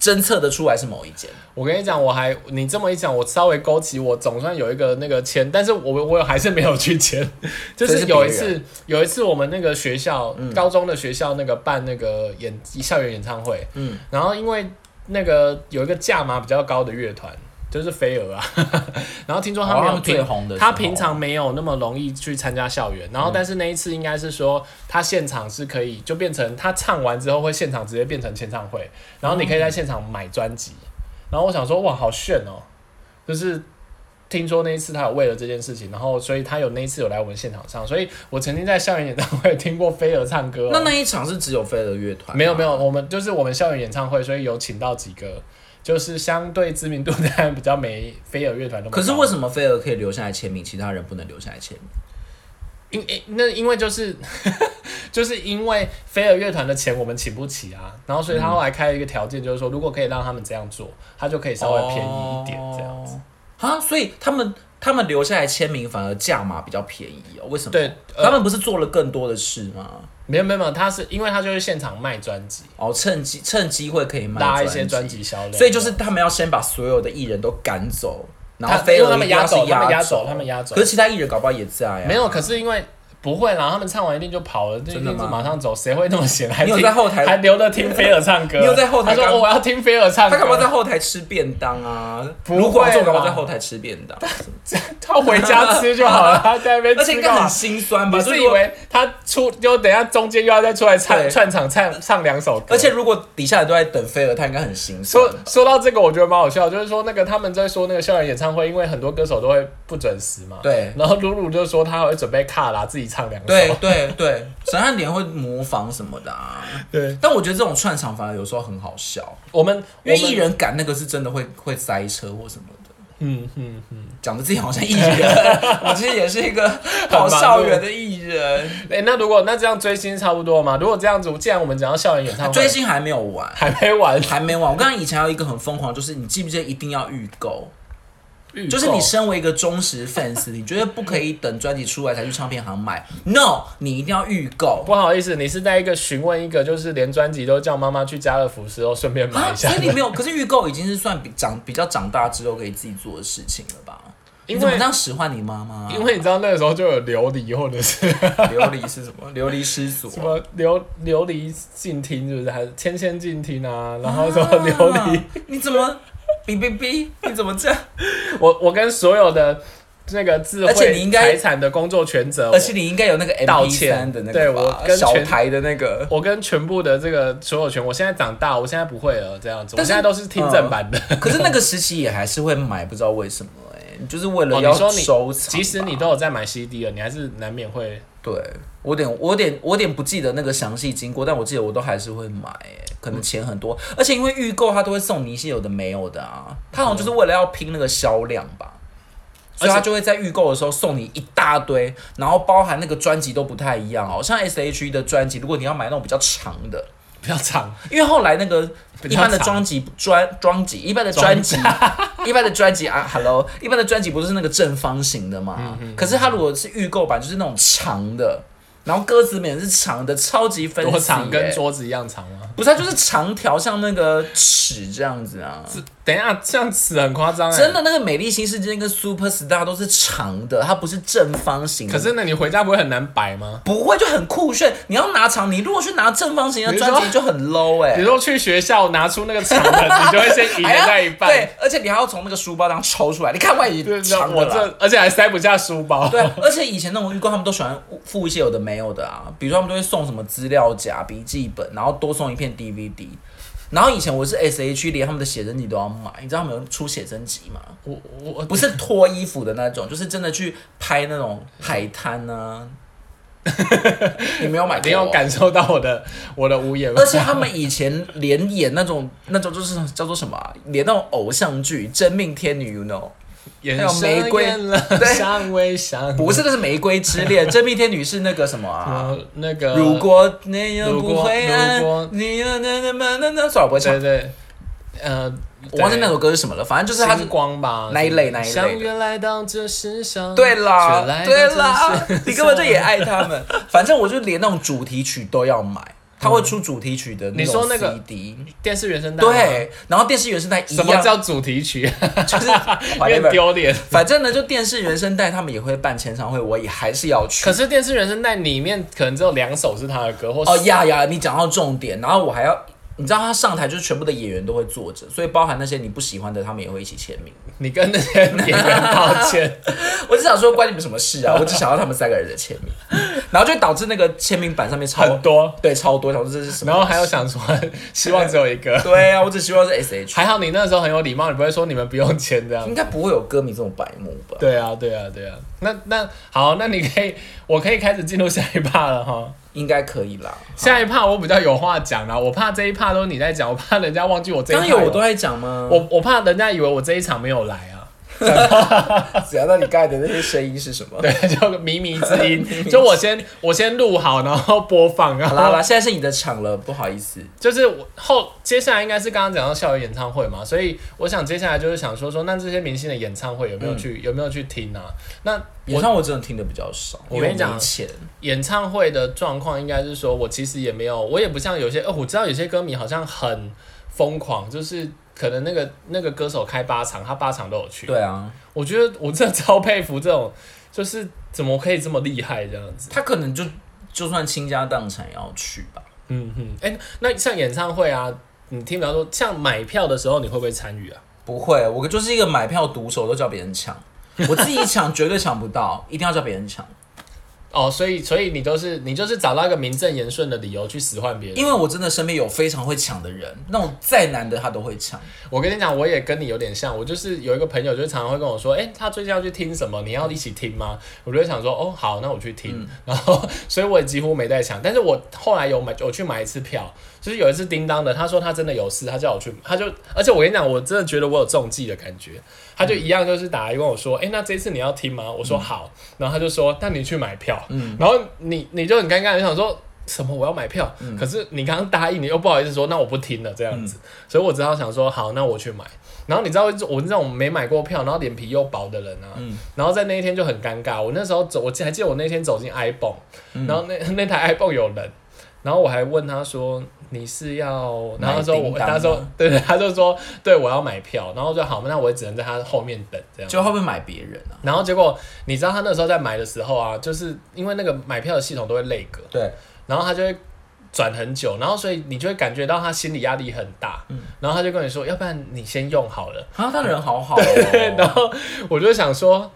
Speaker 2: 侦测得出来是某一间，
Speaker 1: 我跟你讲，我还你这么一讲，我稍微勾起我总算有一个那个签，但是我我还是没有去签， 就
Speaker 2: 所以
Speaker 1: 是
Speaker 2: 是别人嗯
Speaker 1: 有一次有一次我们那个学校、高中的学校那个办那个演校园演唱会，
Speaker 2: 嗯
Speaker 1: 嗯，然后因为那个有一个价码比较高的乐团。就是飞蛾啊， 然后听说他
Speaker 2: 哦
Speaker 1: 没
Speaker 2: 他
Speaker 1: 有
Speaker 2: 们
Speaker 1: 平、
Speaker 2: 最红的时候
Speaker 1: 他平常没有那么容易去参加校园，然后但是那一次应该是说他现场是可以就变成他唱完之后会现场直接变成签唱会，然后你可以在现场买专辑，
Speaker 2: 嗯
Speaker 1: 然后我想说哇好炫哦，就是听说那一次他有为了这件事情，然后所以他有那一次有来我们现场唱，所以我曾经在校园演唱会听过飞儿唱歌、哦。
Speaker 2: 那那一场是只有飞儿乐团吗，
Speaker 1: 没有没有，我们就是我们校园演唱会，所以有请到几个，就是相对知名度当然比较没飞儿乐团那么高。
Speaker 2: 可是为什么飞儿可以留下来签名，其他人不能留下来签名？
Speaker 1: 因因那因为就是 就是因为飞儿乐团的钱我们请不起啊，然后所以
Speaker 2: 嗯
Speaker 1: 他后来开了一个条件，就是说如果可以让他们这样做，他就可以稍微便宜一点这样子。
Speaker 2: 子啊、所以他们他们留下来签名反而价码比较便宜哦，为什么？
Speaker 1: 对呃
Speaker 2: 他们不是做了更多的事吗？
Speaker 1: 没有没有没有，他是因为他就是现场卖专辑，
Speaker 2: 哦，趁机趁机会可以卖
Speaker 1: 拉一些专，辑销量，
Speaker 2: 所以就是他们要先把所有的艺人都赶走，然后
Speaker 1: 他
Speaker 2: 飞
Speaker 1: 因为
Speaker 2: 儿
Speaker 1: 他们
Speaker 2: 一定要
Speaker 1: 压
Speaker 2: 是
Speaker 1: 轴，他们压
Speaker 2: 走
Speaker 1: 轴，，他们压轴
Speaker 2: 可。是其他艺人搞不好也在啊。
Speaker 1: 没有，可是因为不会啦，他们唱完一定就跑了，就一
Speaker 2: 真的
Speaker 1: 定
Speaker 2: 吗
Speaker 1: 是马上走，谁会那么闲？还
Speaker 2: 你有
Speaker 1: 听
Speaker 2: 在后台
Speaker 1: 还留着听菲尔唱歌？
Speaker 2: 你有在后台
Speaker 1: 他
Speaker 2: 刚
Speaker 1: 说、哦、我要听菲尔唱
Speaker 2: 他
Speaker 1: 歌，
Speaker 2: 搞不好在后台吃便当啊，
Speaker 1: 不会
Speaker 2: 卢广仲搞不好
Speaker 1: 啦
Speaker 2: 在后台吃便 当，
Speaker 1: 啊他回家吃就好了， 他在那边
Speaker 2: 而且应
Speaker 1: 吃干
Speaker 2: 该很
Speaker 1: 嘛？
Speaker 2: 心酸吧？
Speaker 1: 你
Speaker 2: 就是如
Speaker 1: 以
Speaker 2: 果
Speaker 1: 为他出就等一下中间又要再出来
Speaker 2: 对
Speaker 1: 唱串场唱唱两首歌？
Speaker 2: 而且如果底下人都在等飞儿，他应该很心酸
Speaker 1: 说
Speaker 2: 吧。
Speaker 1: 说到这个，我觉得蛮好笑，就是说那个他们在说那个校园演唱会，因为很多歌手都会不准时嘛。
Speaker 2: 对
Speaker 1: 然后露露就说他会准备卡啦，自己唱两首。
Speaker 2: 对对对，沈汉典会模仿什么的啊。
Speaker 1: 对，
Speaker 2: 但我觉得这种串场反而有时候很好笑，
Speaker 1: 我们
Speaker 2: 因为
Speaker 1: 我们
Speaker 2: 艺人赶那个是真的会会塞车或什么的。
Speaker 1: 嗯嗯嗯。
Speaker 2: 讲的自己好像艺 人，我其实也是一个跑校园的艺人。
Speaker 1: 哎、那如果那这样追星差不多嘛？如果这样子，既然我们讲到校园演唱会，
Speaker 2: 追星啊还没有完，
Speaker 1: 还没完，
Speaker 2: 还没完。我刚刚以前还有一个很疯狂，就是你记不记得一定要预购？
Speaker 1: 预
Speaker 2: 就是你
Speaker 1: 购
Speaker 2: 身为一个忠实 fans，你绝对不可以等专辑出来才去唱片行买。No，你一定要预购。
Speaker 1: 不好意思，你是在一个询问一个，就是连专辑都叫妈妈去家乐福时候顺便买
Speaker 2: 啊，
Speaker 1: 一下
Speaker 2: 所，以你没有，可是预购已经是算比长比较长大之后可以自己做的事情了吧？你
Speaker 1: 因
Speaker 2: 怎么
Speaker 1: 为
Speaker 2: 这样使唤你妈妈啊、
Speaker 1: 因为你知道那个时候就有琉璃或者是
Speaker 2: 琉璃是什么？琉璃失所。
Speaker 1: 什么琉琉璃静听，是不是？还是千千静听啊？然后什么琉璃，
Speaker 2: 啊你怎么？哔哔哔！你怎么这样？
Speaker 1: 我我跟所有的那个智
Speaker 2: 而且
Speaker 1: 慧
Speaker 2: 你应
Speaker 1: 财
Speaker 2: 该
Speaker 1: 产的工作权责，
Speaker 2: 而且你应该有那个 M
Speaker 1: 呃道
Speaker 2: P 三
Speaker 1: 歉
Speaker 2: 的那个
Speaker 1: 对
Speaker 2: 吧
Speaker 1: 我跟
Speaker 2: 小
Speaker 1: 全
Speaker 2: 台的 那个。
Speaker 1: 我我跟全部的这个所有权，我现在长大，我现在不会了，这样子，我
Speaker 2: 但是啊
Speaker 1: 现在都是听正版的。
Speaker 2: 可是那个时期也还是会买，不知道为什么哎、就是为了
Speaker 1: 哦，
Speaker 2: 要
Speaker 1: 你说你
Speaker 2: 收藏吧。
Speaker 1: 即使你都有在买 CD 了，你还是难免会
Speaker 2: 对我有点，我有点，我有点不记得那个详细经过，但我记得我都还是会买、欸，可能钱很多，而且因为预购它都会送你一些有的没有的啊，它好像就是为了要拼那个销量吧，所以它就会在预购的时候送你一大堆，然后包含那个专辑都不太一样哦，像 S H E 的专辑，如果你要买那种比较长的，
Speaker 1: 比较 长，
Speaker 2: 因为后来那个一般的专辑专专辑，一般的专辑， 一般的专辑啊，Hello，一般的专辑不是那个正方形的
Speaker 1: 嗯
Speaker 2: 嘛？可是它如果是预购版，就是那种长的，然后歌词每是长的，超级分
Speaker 1: 多
Speaker 2: 析、
Speaker 1: 长跟
Speaker 2: 欸。
Speaker 1: 桌子一样长吗？
Speaker 2: 不是，它就是长条，像那个尺这样子啊。
Speaker 1: 等一下，这样子很夸张哎。
Speaker 2: 真的，那个《美丽新世界》跟《Super Star》都是长的，它不是正方形的。
Speaker 1: 可是那你回家不会很难摆吗？
Speaker 2: 不会就很酷炫。你要拿长，你如果去拿正方形的专
Speaker 1: 你
Speaker 2: 辑
Speaker 1: 说
Speaker 2: 就很 low 哎、
Speaker 1: 比如说去学校拿出那个长的， 你就会先赢
Speaker 2: 还要
Speaker 1: 了那一半。
Speaker 2: 哎对，而且你还要从那个书包当抽出来，你看万一
Speaker 1: 对，那
Speaker 2: 长的
Speaker 1: 我
Speaker 2: 啦。
Speaker 1: 这而且还塞不下书包。
Speaker 2: 对， 而且以前那种预购，他们都喜欢附一些有的没有的啊，比如说他们都会送什么资料夹、笔记本，然后多送一片 DVD。然后以前我是 S H，连他们的写真集都要买，你知道他们有出写真集 吗？
Speaker 1: 我我我
Speaker 2: 不是脱衣服的那种，就是真的去拍那种海 滩啊。你没有买
Speaker 1: 你
Speaker 2: 过、
Speaker 1: 有
Speaker 2: 哦？
Speaker 1: 感受到我的我的无言吗
Speaker 2: 而？且他们以前连演那种那种就是叫做什么、啊，连那种偶像剧《真命天女》，you know。
Speaker 1: 眼
Speaker 2: 还有
Speaker 1: 神
Speaker 2: 玫瑰
Speaker 1: 艳了，
Speaker 2: 对
Speaker 1: 香微香。
Speaker 2: 不是，那是玫瑰之恋。真命天女是那个什么啊？
Speaker 1: 呃，那个
Speaker 2: 如果那样
Speaker 1: 如
Speaker 2: 不
Speaker 1: 果
Speaker 2: 会爱
Speaker 1: 如果
Speaker 2: 你，那那那那那那算了，我不会
Speaker 1: 对
Speaker 2: 唱。
Speaker 1: 对，呃，
Speaker 2: 我忘记那
Speaker 1: 对
Speaker 2: 首歌是什么了，反正就是它是
Speaker 1: 星。光吧
Speaker 2: 那一类那一类的
Speaker 1: 相约来到这世上，
Speaker 2: 对啦
Speaker 1: 却来，到
Speaker 2: 对
Speaker 1: 这
Speaker 2: 啦
Speaker 1: 世，
Speaker 2: 你根本就也爱他们。反正我就连那种主题曲都要买，他会出主题曲的
Speaker 1: 你
Speaker 2: 种
Speaker 1: 说那个
Speaker 2: CD。
Speaker 1: 电视原声带吗，
Speaker 2: 对，然后电视原声带一
Speaker 1: 什么
Speaker 2: 样，
Speaker 1: 叫主题曲？
Speaker 2: 就是
Speaker 1: 有点
Speaker 2: whatever
Speaker 1: 丢脸。
Speaker 2: 反正呢，就电视原声带他们也会办签唱会，我也还是要去
Speaker 1: 可。是电视原声带里面可能只有两首是他的歌，或
Speaker 2: 哦
Speaker 1: 是
Speaker 2: 呀呀，你讲到重点，然后我还要，你知道他上台就是全部的演员都会坐着，所以包含那些你不喜欢的，他们也会一起签名。
Speaker 1: 你跟那些演员道歉。
Speaker 2: 我只想说关你们什么事 啊？我只想要他们三个人的签名，然后就导致那个签名板上面超
Speaker 1: 很多，
Speaker 2: 对，超多，想说这是什么？
Speaker 1: 然后还有想说，希望只有一 个。
Speaker 2: 对啊，我只希望是 S H，
Speaker 1: 还好你那时候很有礼貌，你不会说你们不用签这样
Speaker 2: 应。该不会有歌迷这种白目吧？
Speaker 1: 对啊，对啊，对啊。那那好，那你可以，我可以开始进入下一趴了哈。
Speaker 2: 应该可以啦。
Speaker 1: 下一趴我比较有话讲啦，我怕这一趴都是你在讲，我怕人家忘记我这一
Speaker 2: 刚
Speaker 1: 趴
Speaker 2: 刚有我都在讲吗？
Speaker 1: 我我怕人家以为我这一场没有来啊。
Speaker 2: 想到你刚才的那些声音是什么？
Speaker 1: 对，就靡靡之音，就我先我先录好，然后播放，然
Speaker 2: 好啦好
Speaker 1: 后
Speaker 2: 啦，现在是你的场了，不好意思。
Speaker 1: 就是我后接下来应该是刚刚讲到校园演唱会嘛，所以我想接下来就是想说说，那这些明星的演唱会有没有去、有没有去听啊？那
Speaker 2: 演唱我真的听的比较少，
Speaker 1: 我
Speaker 2: 因为
Speaker 1: 跟你讲
Speaker 2: 没钱
Speaker 1: 演唱会的状况应该是说，我其实也没有，我也不像有些，哦，我知道有些歌迷好像很疯狂，就是可能那个那个歌手开八场，他八场都有去。
Speaker 2: 对啊，
Speaker 1: 我觉得我真的超佩服这种，就是怎么可以这么厉害这样子。
Speaker 2: 他可能就就算倾家荡产也要去吧。
Speaker 1: 嗯哼，哎、那像演唱会啊，你听比方说，像买票的时候，你会不会参与啊？
Speaker 2: 不会，我就是一个买票毒手，都叫别 人抢，我自己抢绝对抢不到，一定要叫别人抢，
Speaker 1: 哦，所以所以你就是你就是找到一个名正言顺的理由去使唤别人。
Speaker 2: 因为我真的身边有非常会抢的人，那种再难的他都会抢。
Speaker 1: 我跟你讲，我也跟你有点像，我就是有一个朋友，就是常常会跟我说，哎、他最近要去听什么，你要一起听吗？我就会想说，哦，好，那我去
Speaker 2: 嗯
Speaker 1: 听。 然后，所以我也几乎没在抢，但是我后来有买，我去买一次票，就是有一次叮当的，他说他真的有事，他叫我去，他就，而且我跟你讲，我真的觉得我有中计的感觉，他就一样就是打来跟我
Speaker 2: 嗯
Speaker 1: 说，哎、那这次你要听吗？我说好，然后他就说，那你去买票，
Speaker 2: 嗯
Speaker 1: 然后你你就很尴尬，你想说。什么？我要买票，
Speaker 2: 嗯
Speaker 1: 可是你刚刚答应，你又不好意思说，那我不听了这样子，所以我只好想说，好，那我去买。
Speaker 2: 嗯
Speaker 1: 然后你知道，我这种没买过票，然后脸皮又薄的人啊，
Speaker 2: 嗯
Speaker 1: 然后在那一天就很尴尬。我那时候走，我记还记得我那天走进 iPhone，、然
Speaker 2: 嗯
Speaker 1: 后那那台 iPhone 有人，然后我还问他说你是要，然后他说
Speaker 2: 买
Speaker 1: 我，
Speaker 2: 叮当吗
Speaker 1: 他说 对对，他就说对我要买票，然后我就好，那我也只能在他后面等这样。
Speaker 2: 就会不会买别人啊？
Speaker 1: 然后结果你知道他那时候在买的时候啊，就是因为那个买票的系统都会累格，
Speaker 2: 对，
Speaker 1: 然后他就会转很久，然后所以你就会感觉到他心理压力很大，
Speaker 2: 嗯
Speaker 1: 然后他就跟你说，要不然你先用好了。
Speaker 2: 啊，他人好好、
Speaker 1: 对，然
Speaker 2: 哦，
Speaker 1: 后我就想说，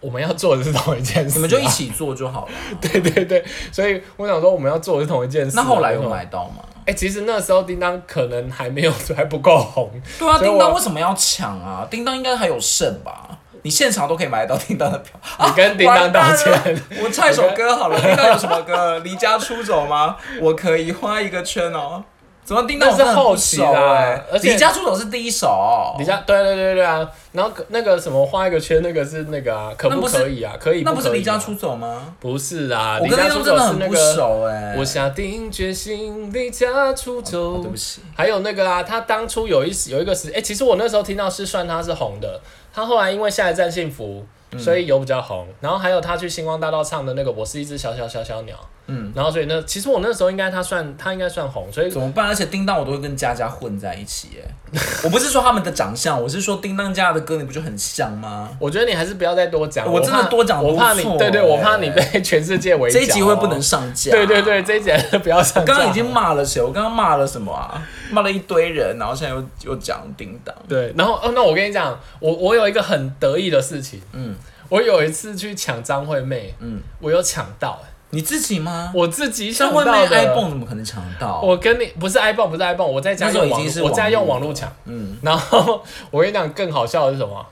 Speaker 1: 我们要做的是同一件事、啊
Speaker 2: 你们就一。起做就好了。
Speaker 1: 对对对，所以我想说，我们要做的是同一件事、
Speaker 2: 那后来有
Speaker 1: 为什么
Speaker 2: 买？到吗？
Speaker 1: 哎、其实那时候叮当可能还没有，还不够红。
Speaker 2: 对啊，
Speaker 1: 所以
Speaker 2: 叮
Speaker 1: 我
Speaker 2: 当为什么要抢啊？叮当应该还有剩吧？你现场都可以买得到叮当的票。
Speaker 1: 你跟 叮当道歉
Speaker 2: 完蛋了。我唱一首歌好了，叮当有什么歌？离家出走吗？我可以画一个圈哦。怎么叮当
Speaker 1: 那是
Speaker 2: 我真的很不
Speaker 1: 后期
Speaker 2: 熟
Speaker 1: 啦
Speaker 2: 欸
Speaker 1: 而且
Speaker 2: 离家出走是第一首，
Speaker 1: 你家对对对对啊，然后可那个什么画一个圈，那个是那个啊，可
Speaker 2: 那
Speaker 1: 不
Speaker 2: 不是
Speaker 1: 可以啊？可以
Speaker 2: 那
Speaker 1: 不可
Speaker 2: 不
Speaker 1: 以
Speaker 2: 是
Speaker 1: 啊
Speaker 2: 离家出走吗？
Speaker 1: 不是啊，
Speaker 2: 我
Speaker 1: 离
Speaker 2: 跟
Speaker 1: 家出
Speaker 2: 叮当真
Speaker 1: 走
Speaker 2: 的
Speaker 1: 是
Speaker 2: 很
Speaker 1: 那
Speaker 2: 不
Speaker 1: 个。
Speaker 2: 熟哎。
Speaker 1: 我下定决心离家出走、
Speaker 2: 对不起，
Speaker 1: 还有那个啊，他当初有一有一个时，哎、其实我那时候听到是算他是红的，他后来因为下一站幸福，
Speaker 2: 嗯
Speaker 1: 所以有比较红。然后还有他去星光大道唱的那个《我是一只小小小小鸟》，
Speaker 2: 嗯，
Speaker 1: 然后所以那其实我那时候应该他算他应该算红，所以
Speaker 2: 怎么办？而且叮当我都会跟佳佳混在一起哎。 我不是说他们的长相，我是说叮当家的歌你不就很像吗？
Speaker 1: 我觉得你还是不要再多讲，
Speaker 2: 我真的
Speaker 1: 怕
Speaker 2: 多讲
Speaker 1: 我怕你
Speaker 2: 多错
Speaker 1: 对对，
Speaker 2: 欸
Speaker 1: 我怕你被全世界围剿
Speaker 2: 这
Speaker 1: 哦、
Speaker 2: 一集会不能上架。
Speaker 1: 对对对，这一集还是不要上架。
Speaker 2: 刚刚已经骂了谁？我刚刚骂了什么啊？骂了一堆人，然后现在又又讲叮当。
Speaker 1: 对，然后哦，那我跟你讲，我我有一个很得意的事情，
Speaker 2: 嗯
Speaker 1: 我有一次去抢张惠妹，
Speaker 2: 嗯，
Speaker 1: 我有抢到、欸
Speaker 2: 你自己吗？
Speaker 1: 我自己
Speaker 2: 像
Speaker 1: 抢
Speaker 2: 外
Speaker 1: 到
Speaker 2: 面
Speaker 1: 的。
Speaker 2: iPhone 怎么可能抢得到？
Speaker 1: 我跟你不是 iPhone，不是 iPhone，我在家
Speaker 2: 那时候
Speaker 1: 用
Speaker 2: 已经
Speaker 1: 网
Speaker 2: 是
Speaker 1: 络，
Speaker 2: 网
Speaker 1: 我
Speaker 2: 络
Speaker 1: 在用网络抢。
Speaker 2: 嗯，
Speaker 1: 然后我跟你讲，更好笑的是什么？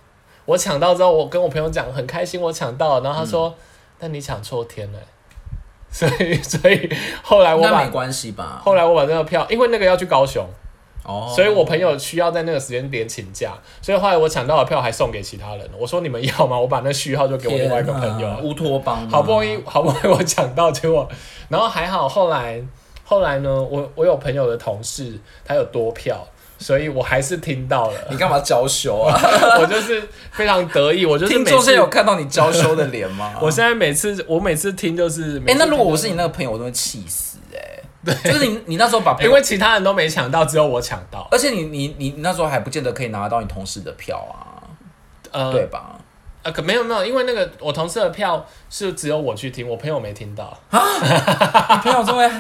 Speaker 1: 我抢到之后，我跟我朋友讲很开心，我抢到了，然后他
Speaker 2: 嗯
Speaker 1: 说：“那你抢错天了欸、 所以所以后来我
Speaker 2: 那没
Speaker 1: 把
Speaker 2: 关系吧？
Speaker 1: 后来我把那个票，因为那个要去高雄，
Speaker 2: 哦，
Speaker 1: 哦所以我朋友需要在那个时间点请假，所以后来我抢到的票还送给其他人了。我说你们要吗？我把那序号就给我另外一个朋友
Speaker 2: 天哪
Speaker 1: 了。
Speaker 2: 乌托邦啊吗，
Speaker 1: 好不容易 好不容易我抢到，结果然后还好，后来后来呢，我我有朋友的同事他有多票，所以我还是听到了，
Speaker 2: 你干嘛娇羞啊？
Speaker 1: 我就是非常得意，我就是
Speaker 2: 听
Speaker 1: 每
Speaker 2: 众现
Speaker 1: 次
Speaker 2: 在有看到你娇羞的脸吗
Speaker 1: ？我现在每次我每次听就是每
Speaker 2: 哎、
Speaker 1: 次
Speaker 2: 那如果
Speaker 1: 听
Speaker 2: 我是你那个朋友，我都会气死哎、就是你你那时候把朋
Speaker 1: 因
Speaker 2: 友，
Speaker 1: 为其他人都没抢到，只有我抢到，
Speaker 2: 而且你你你你那时候还不见得可以拿得到你同事的票啊，
Speaker 1: 呃，
Speaker 2: 对吧？
Speaker 1: 啊，可没有没有，因为那个我同事的票是只有我去听，我朋友没听到。
Speaker 2: 你朋友真的会，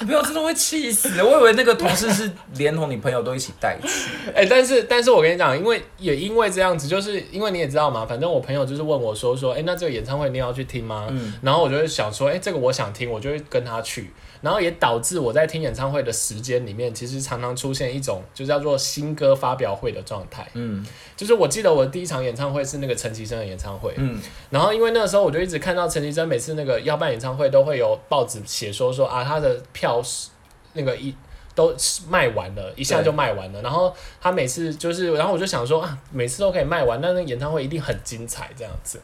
Speaker 2: 你朋友真的会气死。我以为那个同事是连同你朋友都一起带去。
Speaker 1: 哎、但是但是我跟你讲，因为也因为这样子，就是因为你也知道嘛，反正我朋友就是问我说说，哎、那这个演唱会你要去听吗？
Speaker 2: 嗯
Speaker 1: 然后我就会想说，哎、这个我想听，我就会跟他去，然后也导致我在听演唱会的时间里面，其实常常出现一种就叫做新歌发表会的状态。
Speaker 2: 嗯
Speaker 1: 就是我记得我第一场演唱会是那个陈绮贞的演唱会，
Speaker 2: 嗯，
Speaker 1: 然后因为那个时候我就一直看到陈绮贞每次那个要办演唱会都会有报纸写说说啊她的票是那个一都卖完了，一下就卖完了。然后她每次就是，然后我就想说啊，每次都可以卖完，那那个演唱会一定很精彩这样子。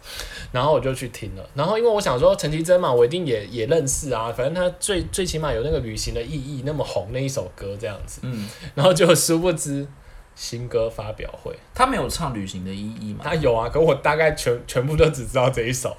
Speaker 1: 然后我就去听了。然后因为我想说陈绮贞嘛，我一定也也认识啊，反正她最最起码有那个旅行的意义，那么红那一首歌这样子。
Speaker 2: 嗯，
Speaker 1: 然后就殊不知新歌发表会。
Speaker 2: 他没有唱《旅行的意义》嘛？
Speaker 1: 他有啊，可我大概全全部都只知道这一首。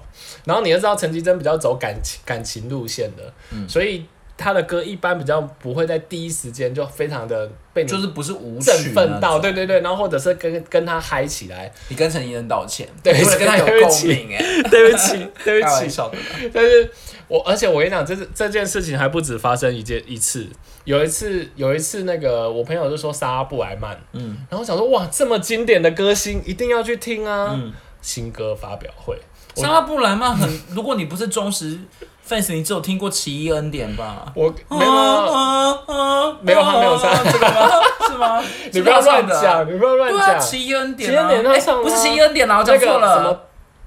Speaker 1: 然后你也知道陈绮贞比较走感情感情路线的，
Speaker 2: 嗯
Speaker 1: 所以她的歌一般比较不会在第一时间就非常的被你
Speaker 2: 就是不是舞曲啊
Speaker 1: 振奋
Speaker 2: 那
Speaker 1: 到，
Speaker 2: 种
Speaker 1: 对对对，然后或者是跟跟他嗨起来。
Speaker 2: 你跟陈怡人道歉，
Speaker 1: 对
Speaker 2: 为了跟他有
Speaker 1: 对不
Speaker 2: 共
Speaker 1: 起
Speaker 2: 鸣哎，
Speaker 1: 对不起，对
Speaker 2: 开
Speaker 1: 不
Speaker 2: 玩
Speaker 1: 起。
Speaker 2: 笑的啦。
Speaker 1: 但是我而且我跟你讲，这是这件事情还不止发生一件一次。有一次，有一次那个我朋友就说莎拉布莱曼，嗯，然后我想说哇，这么经典的歌星一定要去听啊，
Speaker 2: 嗯
Speaker 1: 新歌发表会。我
Speaker 2: 莎拉布莱曼很， 如果你不是忠实 fans，你只有听过《奇异恩典》吧？
Speaker 1: 我 没有啊，
Speaker 2: 哦
Speaker 1: 没有啊他没有莎
Speaker 2: 唱啊这个 吗？是吗？
Speaker 1: 你不要
Speaker 2: 是他
Speaker 1: 乱
Speaker 2: 唱的啊。
Speaker 1: 讲，你不要乱
Speaker 2: 对啊，
Speaker 1: 讲。
Speaker 2: 奇异恩典
Speaker 1: 奇异
Speaker 2: 啊，
Speaker 1: 恩典他
Speaker 2: 哎
Speaker 1: 唱
Speaker 2: 不是
Speaker 1: 吗
Speaker 2: 奇异恩典啦，我
Speaker 1: 那
Speaker 2: 讲
Speaker 1: 个
Speaker 2: 错
Speaker 1: 什么
Speaker 2: 了。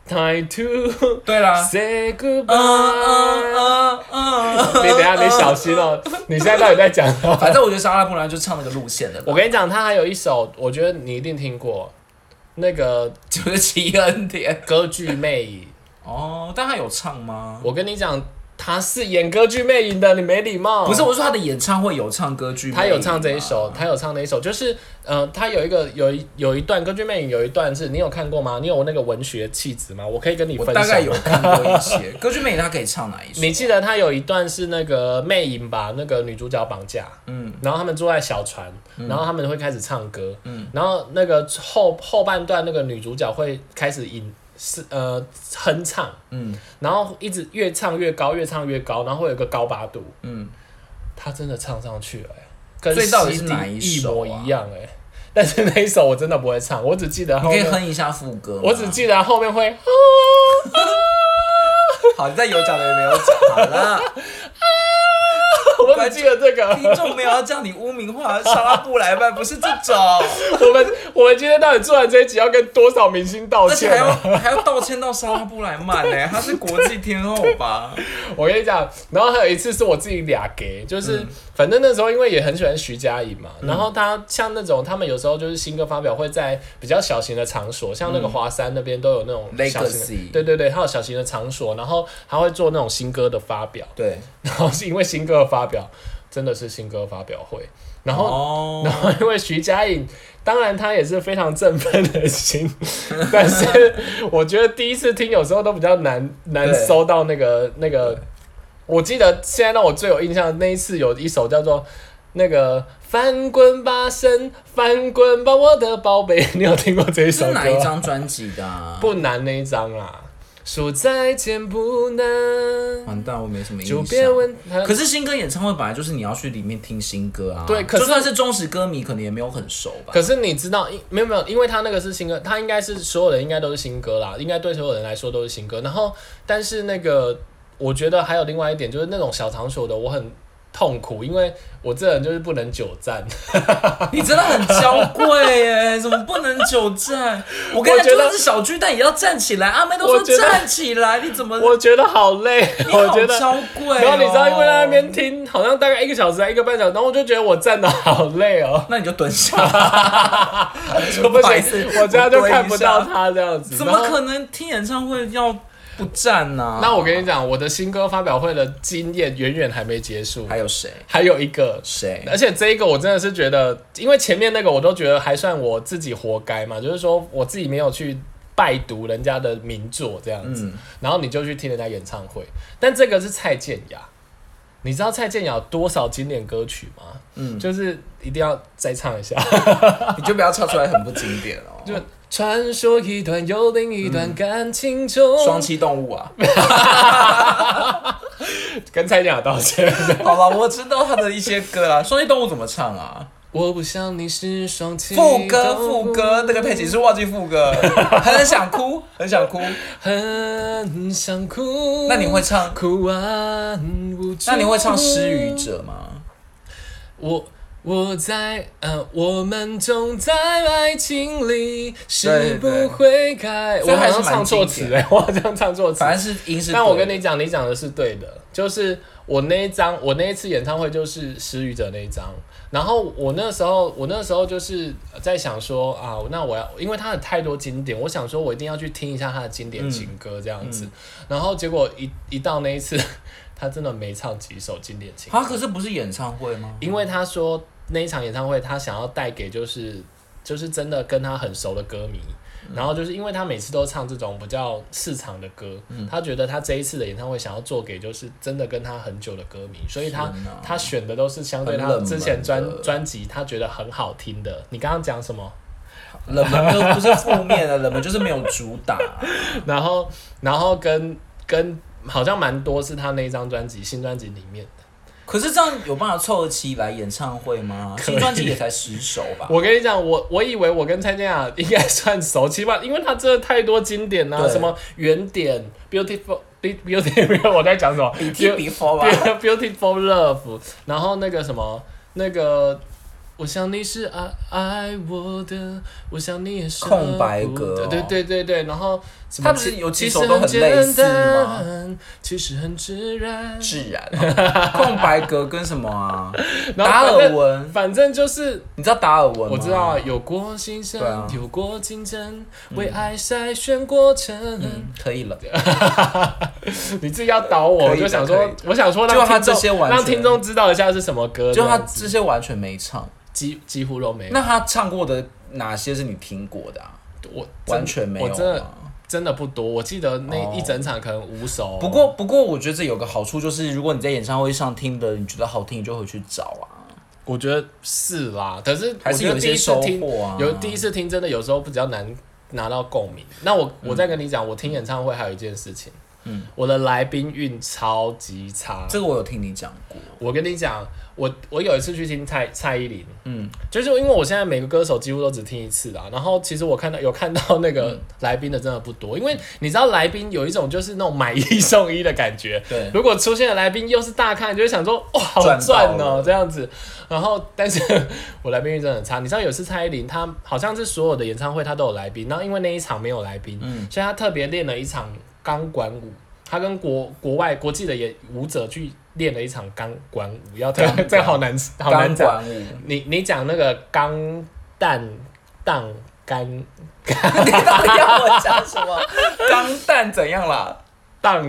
Speaker 1: Time to
Speaker 2: 对啦，
Speaker 1: say
Speaker 2: 嗯
Speaker 1: goodbye。
Speaker 2: 嗯嗯嗯，
Speaker 1: 你等一下，你小心哦！你现在到底在讲什么？
Speaker 2: 反正我觉得莎拉布兰就唱那个路线的啦，
Speaker 1: 我跟你讲，他还有一首，我觉得你一定听过，那个
Speaker 2: 就是奇恩典。
Speaker 1: 歌剧魅影。
Speaker 2: 哦，但他有唱吗？
Speaker 1: 我跟你讲，他是演歌剧魅影的，你没礼貌。
Speaker 2: 不是，我嗯是说他的演唱会有唱歌剧，
Speaker 1: 哦他有唱这一首，，啊他有唱那一首，就是呃，他有一个有一有一段歌剧魅影有一段是你有看过吗？你有那个文学气质吗？我可以跟你
Speaker 2: 我
Speaker 1: 分享。
Speaker 2: 大概有看过一些歌剧魅影，他可以唱哪一首？
Speaker 1: 你记得他有一段是那个魅影把那个女主角绑架，
Speaker 2: 嗯，
Speaker 1: 然后他们坐在小船，然后他们会开始唱歌，嗯，然后那个后后半段那个女主角会开始引是呃哼唱，
Speaker 2: 嗯
Speaker 1: 然后一直越唱越高，越唱越高，然后会有一个高八度，
Speaker 2: 嗯，
Speaker 1: 她真的唱上去了、欸，跟
Speaker 2: 所以到底是
Speaker 1: CD
Speaker 2: 哪一
Speaker 1: 一
Speaker 2: 首
Speaker 1: 模
Speaker 2: 啊
Speaker 1: 一样哎、欸 但是那一首我真的不会唱，我只记得
Speaker 2: 你
Speaker 1: 后
Speaker 2: 可以
Speaker 1: 面，
Speaker 2: 哼一下啊副歌吗。
Speaker 1: 我只记得后面 会。啊
Speaker 2: 好，你在有奖的也没有奖好了。
Speaker 1: 我只记得这个。
Speaker 2: 听众没有要叫你污名化莎拉布莱曼，不是这 种。
Speaker 1: 我们我们今天到底做完这一集要跟多少明星道
Speaker 2: 而且还
Speaker 1: 歉
Speaker 2: 要
Speaker 1: 啊？
Speaker 2: 还要道歉到莎拉布莱曼呢、她是国际天后 吧？
Speaker 1: 我跟你讲，然后还有一次是我自己俩给，就是、反正那时候因为也很喜欢徐佳莹嘛，然后她像那种他们有时候就是新歌发表会在比较小型的场所，像那个华山那边都有那种小型
Speaker 2: Legacy
Speaker 1: 的，对对对，还有小型的场所，然后还会做那种新歌的发表，
Speaker 2: 对，
Speaker 1: 然后是因为新歌的发表真的是新歌发表会，然后
Speaker 2: 哦
Speaker 1: 然后因为徐佳莹，当然她也是非常振奋人心， 但是我觉得第一次听有时候都比较难难
Speaker 2: 对
Speaker 1: 搜到那个那个。我记得现在让我最有印象的那一次有一首叫做那个翻滚吧身，翻滚吧我的宝贝，你有听过这一
Speaker 2: 这
Speaker 1: 首歌
Speaker 2: 是
Speaker 1: 吗？
Speaker 2: 哪一张专辑的、啊？
Speaker 1: 不难那一张啦，说再见不难，
Speaker 2: 完蛋，我没什么哦印
Speaker 1: 就
Speaker 2: 象。
Speaker 1: 别问他。
Speaker 2: 可是新歌演唱会本来就是你要去里面听新歌啊，
Speaker 1: 对可是
Speaker 2: 就算是忠实歌迷，可能也没有很熟吧。
Speaker 1: 可是你知道，因没有没有，因为他那个是新歌，他应该是所有人应该都是新歌啦，应该对所有人来说都是新歌。然后，但是那个我觉得还有另外一点，就是那种小场所的，我很痛苦，因为我这人就是不能久站。
Speaker 2: 你真的很娇贵耶，怎么不能久站？我跟
Speaker 1: 我
Speaker 2: 你
Speaker 1: 觉
Speaker 2: 讲，
Speaker 1: 得
Speaker 2: 就是小巨蛋也要站起来，阿妹都
Speaker 1: 我
Speaker 2: 说
Speaker 1: 觉得
Speaker 2: 站起来，你怎么？
Speaker 1: 我觉得好累，
Speaker 2: 你
Speaker 1: 我
Speaker 2: 好哦
Speaker 1: 觉得。
Speaker 2: 娇贵、哦
Speaker 1: 然后你知道，因为在那，边听，好像大概一个小时还一个半小时，然后我就觉得我站的好累 哦、
Speaker 2: 那你就蹲下，
Speaker 1: 我不
Speaker 2: 不好意
Speaker 1: 行
Speaker 2: 思，
Speaker 1: 我这样就看不到
Speaker 2: 我蹲一下
Speaker 1: 他这样子。
Speaker 2: 怎么
Speaker 1: 然后
Speaker 2: 可能听演唱会要不站呢、
Speaker 1: 那我跟你讲，我的新歌发表会的经验远远还没结束，
Speaker 2: 还有谁？
Speaker 1: 还有一个
Speaker 2: 谁？
Speaker 1: 而且这一个我真的是觉得，因为前面那个我都觉得还算我自己活该嘛，就是说我自己没有去拜读人家的名作这样子，
Speaker 2: 嗯
Speaker 1: 然后你就去听人家演唱会。但这个是蔡健雅，你知道蔡健雅有多少经典歌曲吗？
Speaker 2: 嗯，
Speaker 1: 就是一定要再唱一 下，
Speaker 2: 你就不要唱出来很不经典 哦。
Speaker 1: 就传说一段又另一段感情中，
Speaker 2: 嗯双栖动 物啊，
Speaker 1: 跟蔡健雅道 歉。
Speaker 2: 好了，我知道他的一些歌啦。双栖动物怎么 唱啊？
Speaker 1: 我不想你是双栖
Speaker 2: 副歌，
Speaker 1: 动物
Speaker 2: 副歌，那个佩奇是忘记副歌， 很想哭，很 想哭。
Speaker 1: 很想哭。
Speaker 2: 那你会唱？
Speaker 1: 哭完无助。
Speaker 2: 那你会唱《失语？者》
Speaker 1: 嗯
Speaker 2: 吗？
Speaker 1: 我我在呃，我们总在爱情里是
Speaker 2: 对对
Speaker 1: 不悔改。
Speaker 2: 所以
Speaker 1: 我好
Speaker 2: 还是
Speaker 1: 像
Speaker 2: 蛮
Speaker 1: 唱错
Speaker 2: 经
Speaker 1: 词
Speaker 2: 典
Speaker 1: 哎， 我好像唱错词。
Speaker 2: 反正是音是对的。
Speaker 1: 但我跟你讲，你讲的是对的，就是我那一张，我那一次演唱会就是失语者那一张。然后我那时候，我那时候就是在想说啊，那我要，因为他有太多经典，我想说我一定要去听一下他的经
Speaker 2: 嗯
Speaker 1: 典情歌这样子。然后结果一一到那一次， 他真的没唱几首经典情歌，
Speaker 2: 啊，可是不是演唱会吗？
Speaker 1: 因为他说那一场演唱会，他想要带给就是就是真的跟他很熟的歌迷。
Speaker 2: 嗯
Speaker 1: 然后就是因为他每次都唱这种比较市场的歌，
Speaker 2: 嗯
Speaker 1: 他觉得他这一次的演唱会想要做给就是真的跟他很久的歌迷，所以他
Speaker 2: 天哪
Speaker 1: 他选的都是相对
Speaker 2: 很
Speaker 1: 他
Speaker 2: 冷门
Speaker 1: 之前专
Speaker 2: 的
Speaker 1: 专辑他觉得很好听的。你刚刚讲什么？
Speaker 2: 冷门都不是负面的，冷门就是没有主 打。
Speaker 1: 然后然后跟跟好像蛮多是他那一张专辑新专辑里面的。
Speaker 2: 可是这样有办法凑得起来演唱会吗？新专辑也才十首吧。
Speaker 1: 我跟你讲，我我以为我跟蔡健雅应该算熟，起码因为她真的太多经典啦、
Speaker 2: 对
Speaker 1: 什么原点、beautiful、beautiful，我在 讲什么
Speaker 2: 比 T 比 Four 吧。
Speaker 1: Be-？beautiful love，然后那个什么那个。我想你是爱爱我的，我想你也是
Speaker 2: 空白格哦
Speaker 1: 对对对对，然后什么
Speaker 2: 他不是有几首都很类似吗
Speaker 1: 其实很简单？其实很自然，
Speaker 2: 自然、 哦，空白格跟什么啊？
Speaker 1: 然后
Speaker 2: 达
Speaker 1: 反正
Speaker 2: 尔文，
Speaker 1: 反正就是
Speaker 2: 你知道达尔文吗？
Speaker 1: 我知道啊，有过新生，
Speaker 2: 对啊
Speaker 1: 有过竞争，为爱筛选过程。
Speaker 2: 嗯，可以了。
Speaker 1: 你自己要导我，
Speaker 2: 可以的
Speaker 1: 我就想
Speaker 2: 可以
Speaker 1: 说
Speaker 2: 的，
Speaker 1: 我想说
Speaker 2: 就
Speaker 1: 让
Speaker 2: 他
Speaker 1: 听众
Speaker 2: 这些完全
Speaker 1: 让听众知道一下是什么歌，
Speaker 2: 就他
Speaker 1: 这样
Speaker 2: 这些完全没唱，
Speaker 1: 几几乎都没有。
Speaker 2: 那他唱过的哪些是你听过的啊？
Speaker 1: 我
Speaker 2: 完全没有
Speaker 1: 我真的
Speaker 2: 啊。
Speaker 1: 真的不多。我记得那
Speaker 2: 哦
Speaker 1: 一整场可能五首，
Speaker 2: 不过，不过，我觉得这有个好处就是，如果你在演唱会上听的，你觉得好听，你就回去找啊。
Speaker 1: 我觉得是啦，可是
Speaker 2: 还
Speaker 1: 我
Speaker 2: 是
Speaker 1: 觉
Speaker 2: 有
Speaker 1: 得
Speaker 2: 一
Speaker 1: 第
Speaker 2: 些
Speaker 1: 一次
Speaker 2: 收
Speaker 1: 听
Speaker 2: 获啊。
Speaker 1: 有第一次听，真的有时候比较难拿到共鸣。那我我再跟你讲，我听演唱会还有一件事情，
Speaker 2: 嗯
Speaker 1: 我的来宾运超级差，
Speaker 2: 这个我有听你讲过，
Speaker 1: 我跟你讲，我我有一次去听蔡蔡依林，
Speaker 2: 嗯，
Speaker 1: 就是因为我现在每个歌手几乎都只听一次啦。然后其实我看到有看到那个来宾的真的不多，因为你知道来宾有一种就是那种买一送一的感觉。
Speaker 2: 对
Speaker 1: 如果出现的来宾又是大咖，你就会想说哇好
Speaker 2: 赚到
Speaker 1: 赚哦、
Speaker 2: 了
Speaker 1: 这样子。然后但是我来宾运真的很差，你知道有一次蔡依林她好像是所有的演唱会她都有来宾，然后因为那一场没有来宾，
Speaker 2: 嗯
Speaker 1: 所以她特别练了一场钢管舞。她跟国国外国际的演舞者去练了一场钢管舞，要特
Speaker 2: 钢管
Speaker 1: 这好难好难
Speaker 2: 钢
Speaker 1: 讲。
Speaker 2: 管舞，
Speaker 1: 你你讲那个钢蛋蛋干
Speaker 2: 你到底要我讲什么？钢蛋怎样啦？
Speaker 1: 蛋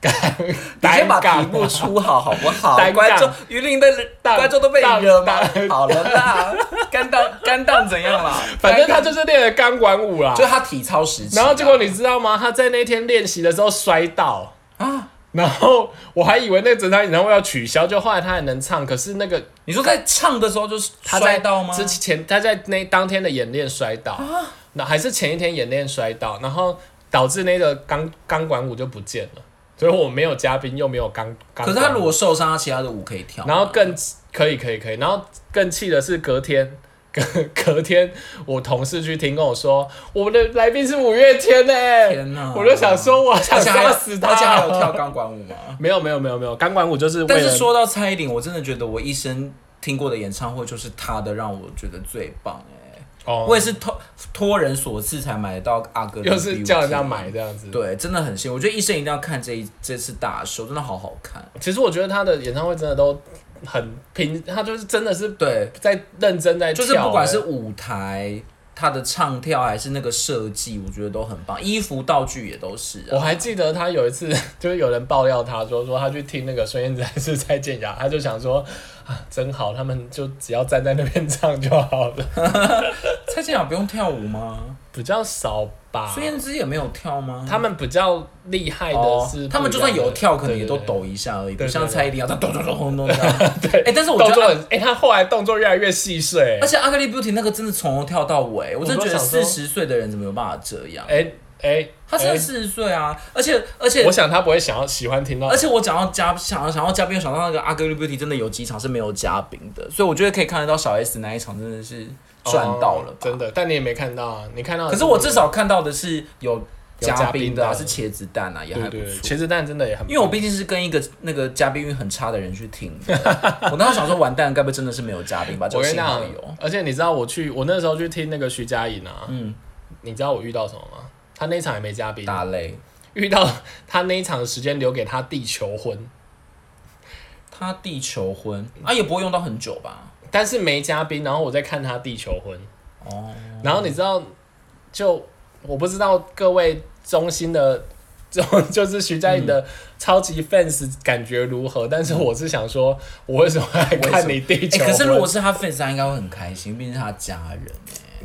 Speaker 1: 干，
Speaker 2: 你先
Speaker 1: 单
Speaker 2: 把题
Speaker 1: 杠
Speaker 2: 目出好好不好
Speaker 1: 单？杠
Speaker 2: 观众舆论的
Speaker 1: 当
Speaker 2: 观众都被你
Speaker 1: 当
Speaker 2: 惹麻
Speaker 1: 当
Speaker 2: 好了啦，干蛋干蛋怎样啦？
Speaker 1: 反正他
Speaker 2: 单杠
Speaker 1: 就是练了钢管舞啦
Speaker 2: 就。他体操时期啊，
Speaker 1: 然后结果你知道吗？他在那天练习的时候摔倒，
Speaker 2: 啊，
Speaker 1: 然后我还以为那整场演唱会要取消，就后来他还能唱，可是那个
Speaker 2: 你说在唱的时候就是
Speaker 1: 他在
Speaker 2: 摔到吗？啊
Speaker 1: 之前他在那当天的演练摔倒，那、还是前一天演练摔倒，然后导致那个钢钢管舞就不见了，所以我没有嘉宾又没有钢钢管舞。
Speaker 2: 可是他如果受伤，他其他的舞可以跳。
Speaker 1: 然后更可以可以可以，然后更气的是隔天。 隔隔天，我同事去听跟我说，我们的来宾是五月天呢、
Speaker 2: 天哪
Speaker 1: 我就想说，我想
Speaker 2: 而且还
Speaker 1: 杀
Speaker 2: 有
Speaker 1: 死他。
Speaker 2: 而且还有跳钢管舞吗？
Speaker 1: 没有没有没有没有，钢管舞就是为
Speaker 2: 但
Speaker 1: 了
Speaker 2: 是说到蔡依林，我真的觉得我一生听过的演唱会就是她的，让我觉得最棒哎、
Speaker 1: 哦，
Speaker 2: 我也是托托人所赐才买得到阿哥的，
Speaker 1: 又是叫人家买。这样子。
Speaker 2: 对，真的很幸运，我觉得一生一定要看这一这次大秀，真的好好看。
Speaker 1: 其实我觉得他的演唱会真的都很平，他就是真的是
Speaker 2: 对，
Speaker 1: 在认真在跳、
Speaker 2: 就是不管是
Speaker 1: 欸
Speaker 2: 舞台、她的唱跳还是那个设计，我觉得都很棒，衣服道具也都是、
Speaker 1: 我
Speaker 2: 啊。
Speaker 1: 还记得他有一次， 就是有人爆料他说说他去听那个孙燕姿还是蔡健雅，他就想说啊，真好，他们就只要站在那边唱就好了，
Speaker 2: 蔡健雅不用跳舞吗？
Speaker 1: 比较少吧。
Speaker 2: 孙燕姿也没有跳吗？
Speaker 1: 他们比较厉害的
Speaker 2: 哦
Speaker 1: 是不一样的、
Speaker 2: 他们就算有跳，可能也都
Speaker 1: 对。
Speaker 2: 抖一下而已，
Speaker 1: 对对
Speaker 2: 不像
Speaker 1: 对
Speaker 2: 蔡依林啊，她咚咚咚咚咚这样。
Speaker 1: 对对，
Speaker 2: 哎但是我觉
Speaker 1: 动
Speaker 2: 得
Speaker 1: 作很，哎、他后来动作越来越细碎、
Speaker 2: 而且阿格丽 Beauty 那个真的从头跳到尾，我真的觉得
Speaker 1: 我都想
Speaker 2: 四
Speaker 1: 说
Speaker 2: 十岁的人怎么有办法这样？
Speaker 1: 哎、哎、
Speaker 2: 他才
Speaker 1: 哎
Speaker 2: 四十岁啊，而且而且
Speaker 1: 我想他不会想要喜欢听到
Speaker 2: 而，且我讲到嘉想要想要嘉宾，又想到那个阿格丽 Beauty 真的有几场是没有嘉宾的，所以我觉得可以看得到小 S 那一场真的是赚到了
Speaker 1: 哦
Speaker 2: 吧。
Speaker 1: 真的，但你也没看到啊，你看到的
Speaker 2: 可是我至少看到的是有嘉宾的、啊，
Speaker 1: 有嘉宾的
Speaker 2: 是茄子蛋啊，也
Speaker 1: 对
Speaker 2: 还
Speaker 1: 对
Speaker 2: 不
Speaker 1: 对，
Speaker 2: 错。
Speaker 1: 茄子蛋真的也很棒，
Speaker 2: 因为我毕竟是跟一个那个嘉宾运很差的人去听的， 我当时想说完蛋，该不会真的是没有嘉宾吧？就
Speaker 1: 我跟你
Speaker 2: 幸好
Speaker 1: 讲
Speaker 2: 有，，
Speaker 1: 而且你知道我去，我那时候去听那个徐佳莹啊，
Speaker 2: 嗯，
Speaker 1: 你知道我遇到什么吗？他那一场也没嘉宾，
Speaker 2: 打雷。
Speaker 1: 遇到他那一场的时间留给他弟求婚，
Speaker 2: 他弟求婚啊，也不会用到很久吧？
Speaker 1: 但是没嘉宾，然后我在看他弟求婚，
Speaker 2: 哦，
Speaker 1: 然后你知道，就我不知道各位中心的。 就就是徐佳莹
Speaker 2: 嗯
Speaker 1: 的超级 fans 感觉如何？但是我是想说，我为什么还看你弟
Speaker 2: 哎、
Speaker 1: 求婚？
Speaker 2: 可是如果是他 fans，他应该会很开心，毕竟是他家人。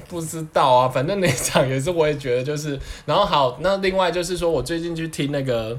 Speaker 1: 不知道啊，反正那一场也是，我也觉得就是， 然后好，那另外就是说我最近去听那个，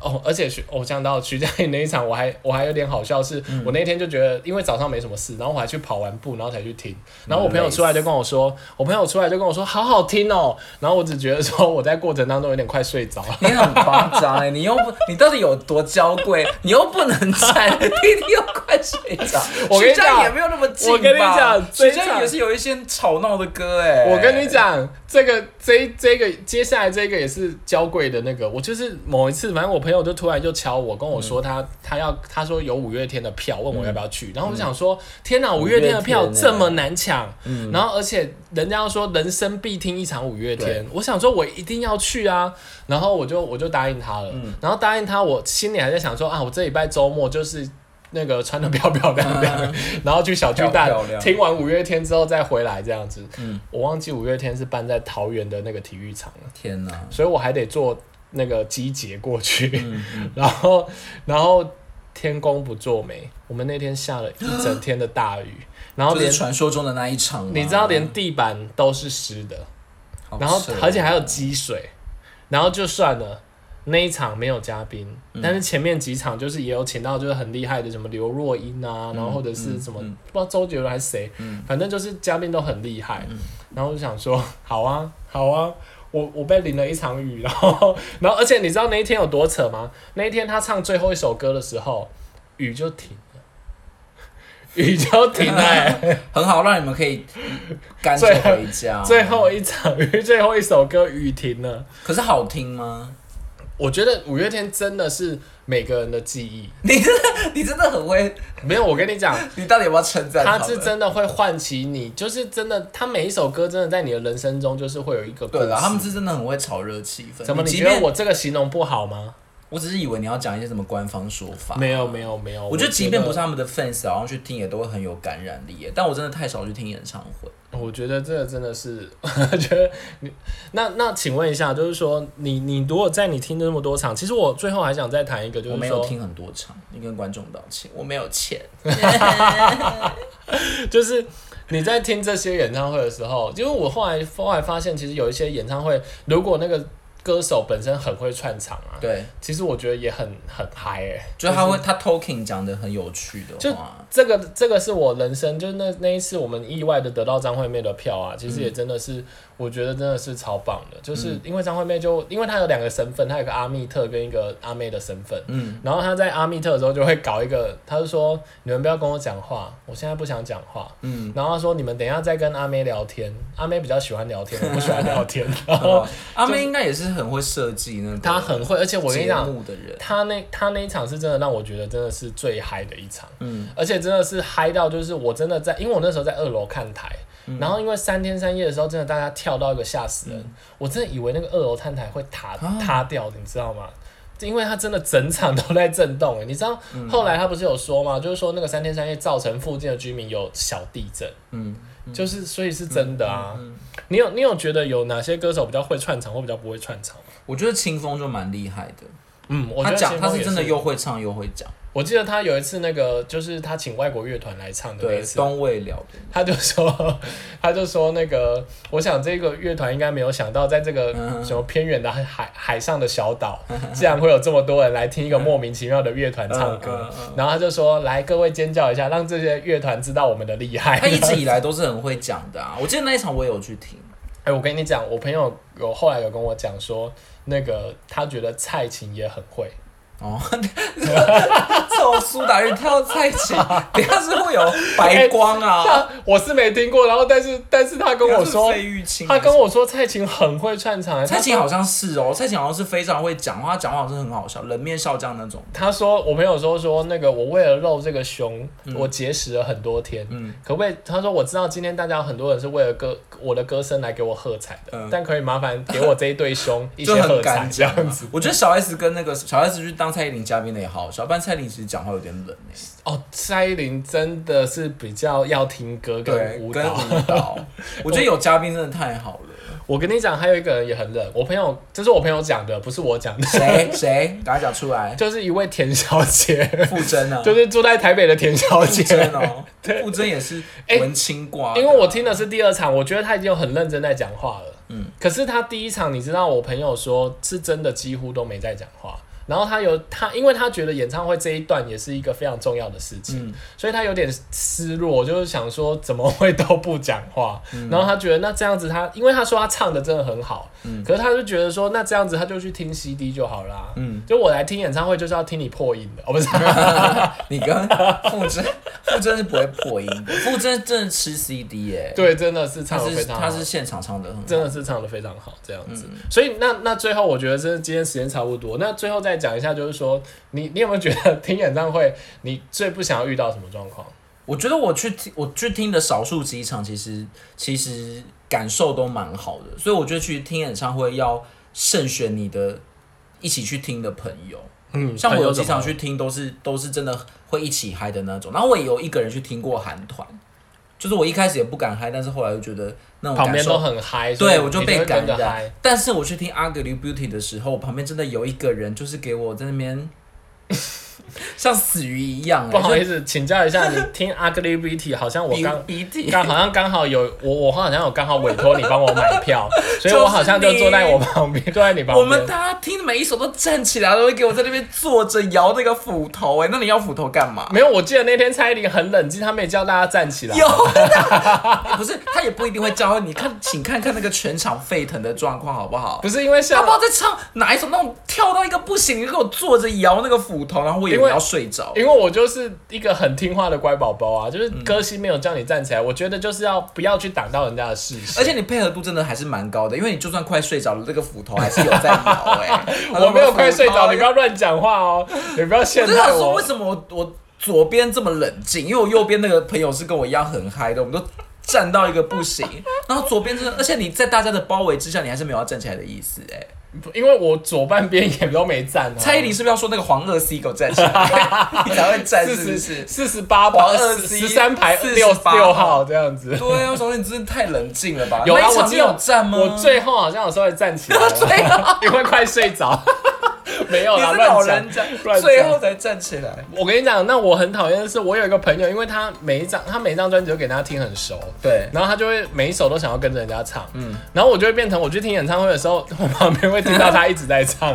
Speaker 1: 哦，而且徐，我想到徐佳莹那一场，我还我还有点好笑是，我那天就觉得，因为早上没什么事，然后我还去跑完步，然后才去听，然后我朋友出来就跟我说，我朋友出来就跟我说，好好听哦，然后我只觉得说我在过程当中有点快睡着了，
Speaker 2: 你很夸张哎，你又不，你到底有多娇贵？你又不能 站，弟弟又快睡 着。
Speaker 1: 我跟你讲
Speaker 2: 徐佳莹也没有那么近吧
Speaker 1: 我跟你讲
Speaker 2: 徐
Speaker 1: 这一
Speaker 2: 佳
Speaker 1: 场
Speaker 2: 莹也是有一些吵闹的歌哎。
Speaker 1: 我跟你，讲，这个这这个接下来这个也是娇贵的那个，我就是某一次，反正我朋友就突然就敲我，跟我说
Speaker 2: 嗯
Speaker 1: 他、他要他说有五月天的票，问我要不要去，然后我就想说，天哪，五月天的票
Speaker 2: 嗯五月天欸
Speaker 1: 这么难抢，
Speaker 2: 嗯
Speaker 1: 然后而且人家说人生必听一场五月天
Speaker 2: 对，
Speaker 1: 我想说我一定要去啊，然后我就我就答应他了，
Speaker 2: 嗯
Speaker 1: 然后答应他，我心里还在想说啊，我这礼拜周末就是。那个穿的漂漂亮亮， 然后去小巨蛋
Speaker 2: 嗯漂漂亮嗯
Speaker 1: 听完五月天之后再回来这样子。我忘记五月天是办在桃园的那个体育场了，
Speaker 2: 天哪！
Speaker 1: 所以我还得坐那个机捷过去，
Speaker 2: 嗯
Speaker 1: 然后然后天公不作美，我们那天下了一整天的大雨，然后
Speaker 2: 就
Speaker 1: 连
Speaker 2: 是传说中的那一场吗，
Speaker 1: 你知道连地板都是湿的，
Speaker 2: 好扯，
Speaker 1: 然后而且还有积水，然后就算了。那一场没有嘉宾，
Speaker 2: 嗯
Speaker 1: 但是前面几场就是也有请到就是很厉害的什么刘若英
Speaker 2: 嗯
Speaker 1: 啊，然后或者是什么、不知道周杰伦还是谁，反正就是嘉宾都很厉害。
Speaker 2: 嗯
Speaker 1: 然后我就想说，好啊，好啊，我我被淋了一场雨，然后 然后而且你知道那一天有多扯吗？那一天他唱最后一首歌的时候，雨就停了，雨就停了、欸。
Speaker 2: 很好，让你们可以干脆回家。
Speaker 1: 最后一场，最后一首歌雨停了。
Speaker 2: 可是好听吗？
Speaker 1: 我觉得五月天真的是每个人的记忆。
Speaker 2: 你真的，你真的很会，
Speaker 1: 没有，我跟你 讲，
Speaker 2: 你到底有没有称赞
Speaker 1: 他
Speaker 2: 们
Speaker 1: 是真的会唤起你，就是真的，他每一首歌真的在你的人生中就是会有一个故
Speaker 2: 对
Speaker 1: 事。
Speaker 2: 了，他们是真的很会炒热气氛。
Speaker 1: 怎么？你
Speaker 2: 即
Speaker 1: 觉得
Speaker 2: 便
Speaker 1: 我这个形容不好吗？
Speaker 2: 我只是以为你要讲一些什么官方说法。
Speaker 1: 没有，没有，没有。
Speaker 2: 我觉得即便不是他们的 fans，然后去听也都会很有感染力耶。但我真的太少去听演唱会。
Speaker 1: 我觉得这个真的是， 我觉得你那那，请问一下，就是说你你如果在你听那么多场，其实我最后还想再谈一个，就
Speaker 2: 我
Speaker 1: 是
Speaker 2: 没有
Speaker 1: 说，
Speaker 2: 听很多场，你跟观众道歉，我没有钱。
Speaker 1: 就是你在听这些演唱会的时候，因为我后来后来发现，其实有一些演唱会，如果那个歌手本身很会串场啊，
Speaker 2: 对，
Speaker 1: 其实我觉得也很很嗨哎、
Speaker 2: 就是他会他 talking 讲的很有趣的话，
Speaker 1: 这个这个是我人生，就是那那一次我们意外的得到张惠妹的票啊，其实也真的
Speaker 2: 嗯
Speaker 1: 是，我觉得真的是超棒的，就是因为张惠妹就因为她有两个身份，她有个阿密特跟一个阿妹的身份，
Speaker 2: 嗯，
Speaker 1: 然后她在阿密特的时候就会搞一个，她就说你们不要跟我讲话，我现在不想讲话，
Speaker 2: 嗯，
Speaker 1: 然后她说你们等一下再跟阿妹聊天，阿妹比较喜欢聊天，我不喜欢聊 天，然
Speaker 2: 然
Speaker 1: 后
Speaker 2: 后阿妹应该也是很会设计那个
Speaker 1: 她很会，而且我跟你
Speaker 2: 节
Speaker 1: 讲，
Speaker 2: 目的人，
Speaker 1: 他那他那一场是真的让我觉得真的是最嗨的一场，
Speaker 2: 嗯，
Speaker 1: 而且真的是嗨到就是我真的在，因为我那时候在二楼看台，
Speaker 2: 嗯
Speaker 1: 然后因为三天三夜的时候，真的大家跳到一个吓死人，我真的以为那个二楼看台会塌
Speaker 2: 啊
Speaker 1: 塌掉，你知道吗？因为它真的整场都在震
Speaker 2: 嗯
Speaker 1: 动，哎，你知道后来他不是有说嘛，就是说那个三天三夜造成附近的居民有小地震，
Speaker 2: 嗯，
Speaker 1: 就是所以是真的啊。你有你有觉得有哪些歌手比较会串场或比较不会串场吗？
Speaker 2: 我觉得清风就蛮厉害的，
Speaker 1: 嗯，我觉
Speaker 2: 他
Speaker 1: 得
Speaker 2: 讲
Speaker 1: 秦
Speaker 2: 他
Speaker 1: 风
Speaker 2: 是
Speaker 1: 也
Speaker 2: 真的又会唱又会讲，
Speaker 1: 我记得他有一次那个，就是他请外国乐团来唱的那
Speaker 2: 对
Speaker 1: 一，次，
Speaker 2: 东未了 的，
Speaker 1: 他就说，他就说那个，我想这个乐团应该没有想到，在这个
Speaker 2: 嗯
Speaker 1: 什么偏远的海海上的小岛，竟然会有这么多人来听一个莫名其妙的乐团唱歌
Speaker 2: 嗯嗯嗯。
Speaker 1: 然后他就说，来各位尖叫一下，让这些乐团知道我们的厉害。
Speaker 2: 他哎一直以来都是很会讲的啊。我记得那一场我也有去听，
Speaker 1: 哎、我跟你讲，我朋友有后来有跟我讲说，那个他觉得蔡琴也很会。
Speaker 2: 哦， 从苏打绿跳 蔡琴，等一下是会有白光啊。
Speaker 1: 他 我是没听过，然后但是但是哎他跟我说
Speaker 2: 等一下是，费玉清，
Speaker 1: 他跟我说蔡琴很会串场、
Speaker 2: 蔡琴
Speaker 1: 他说
Speaker 2: 好像是哦，蔡琴好像是非常会讲话，她讲话好像是很好笑，冷面笑匠那种。
Speaker 1: 他说，我朋友说说那个，我为了露这个胸，我节食了很多天，
Speaker 2: 嗯
Speaker 1: 可不可以？他说我知道今天大家有很多人是为了歌我的歌声来给我喝彩的，
Speaker 2: 嗯
Speaker 1: 但可以麻烦给我这一对 胸一
Speaker 2: 就
Speaker 1: 些喝
Speaker 2: 很
Speaker 1: 彩
Speaker 2: 敢
Speaker 1: 这
Speaker 2: 讲
Speaker 1: 样
Speaker 2: 啊
Speaker 1: 子。，
Speaker 2: 我觉得小 S 跟那个小 S 去当蔡依林嘉宾的也好好笑，不然蔡依林其实讲话有点冷哎、
Speaker 1: 哦，蔡依林真的是比较要听歌跟
Speaker 2: 对，
Speaker 1: 舞
Speaker 2: 跟
Speaker 1: 蹈。
Speaker 2: 舞蹈， 我觉得有嘉宾真的太好 了。
Speaker 1: 我跟你讲，还有一个人也很冷，我朋友这是我朋友讲的，不是我讲的，
Speaker 2: 谁谁，赶快讲出来。
Speaker 1: 就是一位田小姐，
Speaker 2: 傅征啊，
Speaker 1: 就是住在台北的田小
Speaker 2: 傅
Speaker 1: 姐。
Speaker 2: 征哦，傅征也是
Speaker 1: 哎
Speaker 2: 文青挂的，
Speaker 1: 因为我听的是第二场，我觉得他已经有很认真在讲话了。嗯，可是他第一场，你知道，我朋友说是真的几乎都没在讲话。然后他有他，因为他觉得演唱会这一段也是一个非常重要的事
Speaker 2: 嗯
Speaker 1: 情，所以他有点失落，就是想说怎么会都不讲话。
Speaker 2: 嗯
Speaker 1: 然后他觉得那这样子他，因为他说他唱的真的很好，可是他就觉得说那这样子他就去听 CD 就好啦。
Speaker 2: 嗯
Speaker 1: 就我来听演唱会就是要听你破音的，哦不 是，
Speaker 2: 你跟傅征， 傅征是不会破音的，傅征真的吃 CD 哎、
Speaker 1: 对，真的是
Speaker 2: 他
Speaker 1: 唱的
Speaker 2: 是
Speaker 1: 非常好。
Speaker 2: 他是现场唱的很好，
Speaker 1: 真的是唱的非常好，这样
Speaker 2: 嗯
Speaker 1: 子。所以那那最后，我觉得真的今天时间差不多。那最后再讲一下，就是说，你你有没有觉得听演唱会，你最不想要遇到什么状况？
Speaker 2: 我觉得我去听我去听的少数几场，其实其实感受都蛮好的，所以我觉得去听演唱会要慎选你的一起去听的朋友。
Speaker 1: 嗯
Speaker 2: 像我有几场去听都是都是真的会一起嗨的那种，然后我也有一个人去听过韩团，就是我一开始也不敢嗨，但是后来就觉得那种
Speaker 1: 旁
Speaker 2: 感
Speaker 1: 边
Speaker 2: 受
Speaker 1: 都很嗨，所以
Speaker 2: 对，我就
Speaker 1: 你
Speaker 2: 被
Speaker 1: 会
Speaker 2: 感
Speaker 1: 跟着
Speaker 2: 染
Speaker 1: 嗨。。
Speaker 2: 但是我去听《Ugly Beauty》的时候，我旁边真的有一个人，就是给我在那 边像死鱼一样、欸，
Speaker 1: 不好
Speaker 2: 就
Speaker 1: 意思，请教一下，你听 Ugly Beauty 好像我
Speaker 2: 鼻
Speaker 1: 刚
Speaker 2: 鼻涕。
Speaker 1: 刚好像刚好有我我好像有刚好委托你帮我买 票，所以
Speaker 2: 就是
Speaker 1: 我好像就坐在
Speaker 2: 你
Speaker 1: 我旁边，坐在你旁
Speaker 2: 我们
Speaker 1: 边。
Speaker 2: 大家听每一首都站起来了，都会给我在那边坐着摇那个斧头、欸，哎，那你要斧头干嘛？
Speaker 1: 没有，我记得那天蔡依林很冷静，她没叫大家站起来。
Speaker 2: 有， 欸不是他也不一定会教你看，请看看那个全场沸腾的状况好不好？
Speaker 1: 不是因为啊
Speaker 2: 他
Speaker 1: 像
Speaker 2: 不知道在唱哪一首，那种跳到一个不行，你给我坐着摇那个斧头，然后我也远
Speaker 1: 因为
Speaker 2: 要睡着。
Speaker 1: 因为我就是一个很听话的乖宝宝啊，
Speaker 2: 嗯
Speaker 1: 就是歌星没有叫你站起来，我觉得就是要不要去挡到人家的视线。
Speaker 2: 而且你配合度真的还是蛮高的，因为你就算快睡着了，这个斧头还是有在摇 哎、
Speaker 1: 我没有快睡着，你不
Speaker 2: 要。
Speaker 1: 要乱讲话哦，你不要陷
Speaker 2: 我就想
Speaker 1: 害
Speaker 2: 说，
Speaker 1: 我
Speaker 2: 为。什么我我左边这么冷静？因为我右边那个朋友是跟我一样很嗨的，我们都站到一个不行。然后左边真的，而且你在大家的包围之下，你还是没有要站起来的意思哎、
Speaker 1: 因为我左半边也都没站啊。
Speaker 2: 蔡依林是不是要说那个黄二 C 给我站起来，你才会站
Speaker 1: 四
Speaker 2: 是不
Speaker 1: 十
Speaker 2: 是？
Speaker 1: 四十八
Speaker 2: 黄
Speaker 1: 排
Speaker 2: 二
Speaker 1: 十三排
Speaker 2: 48
Speaker 1: 六六
Speaker 2: 号
Speaker 1: 号这样子。
Speaker 2: 对啊，我想说你真的太冷静了吧？
Speaker 1: 有啊
Speaker 2: 那一场
Speaker 1: 我记
Speaker 2: 你
Speaker 1: 得
Speaker 2: 有站吗？
Speaker 1: 我最后好像有稍微站起来了，
Speaker 2: 最后
Speaker 1: 因为快睡着。 没有
Speaker 2: 你
Speaker 1: 啦，
Speaker 2: 是老
Speaker 1: 乱
Speaker 2: 人
Speaker 1: 讲
Speaker 2: 家，
Speaker 1: 乱
Speaker 2: 最
Speaker 1: 讲
Speaker 2: 后。才站起来。
Speaker 1: 我跟你讲，那我很讨厌的是，我有一个朋友，因为他每一张他每一张专辑都给大家听很熟，
Speaker 2: 对，
Speaker 1: 然后他就会每一首都想要跟着人家唱，嗯，然后我就会变成我去听演唱会的时候，我旁边会听到他一直在 唱，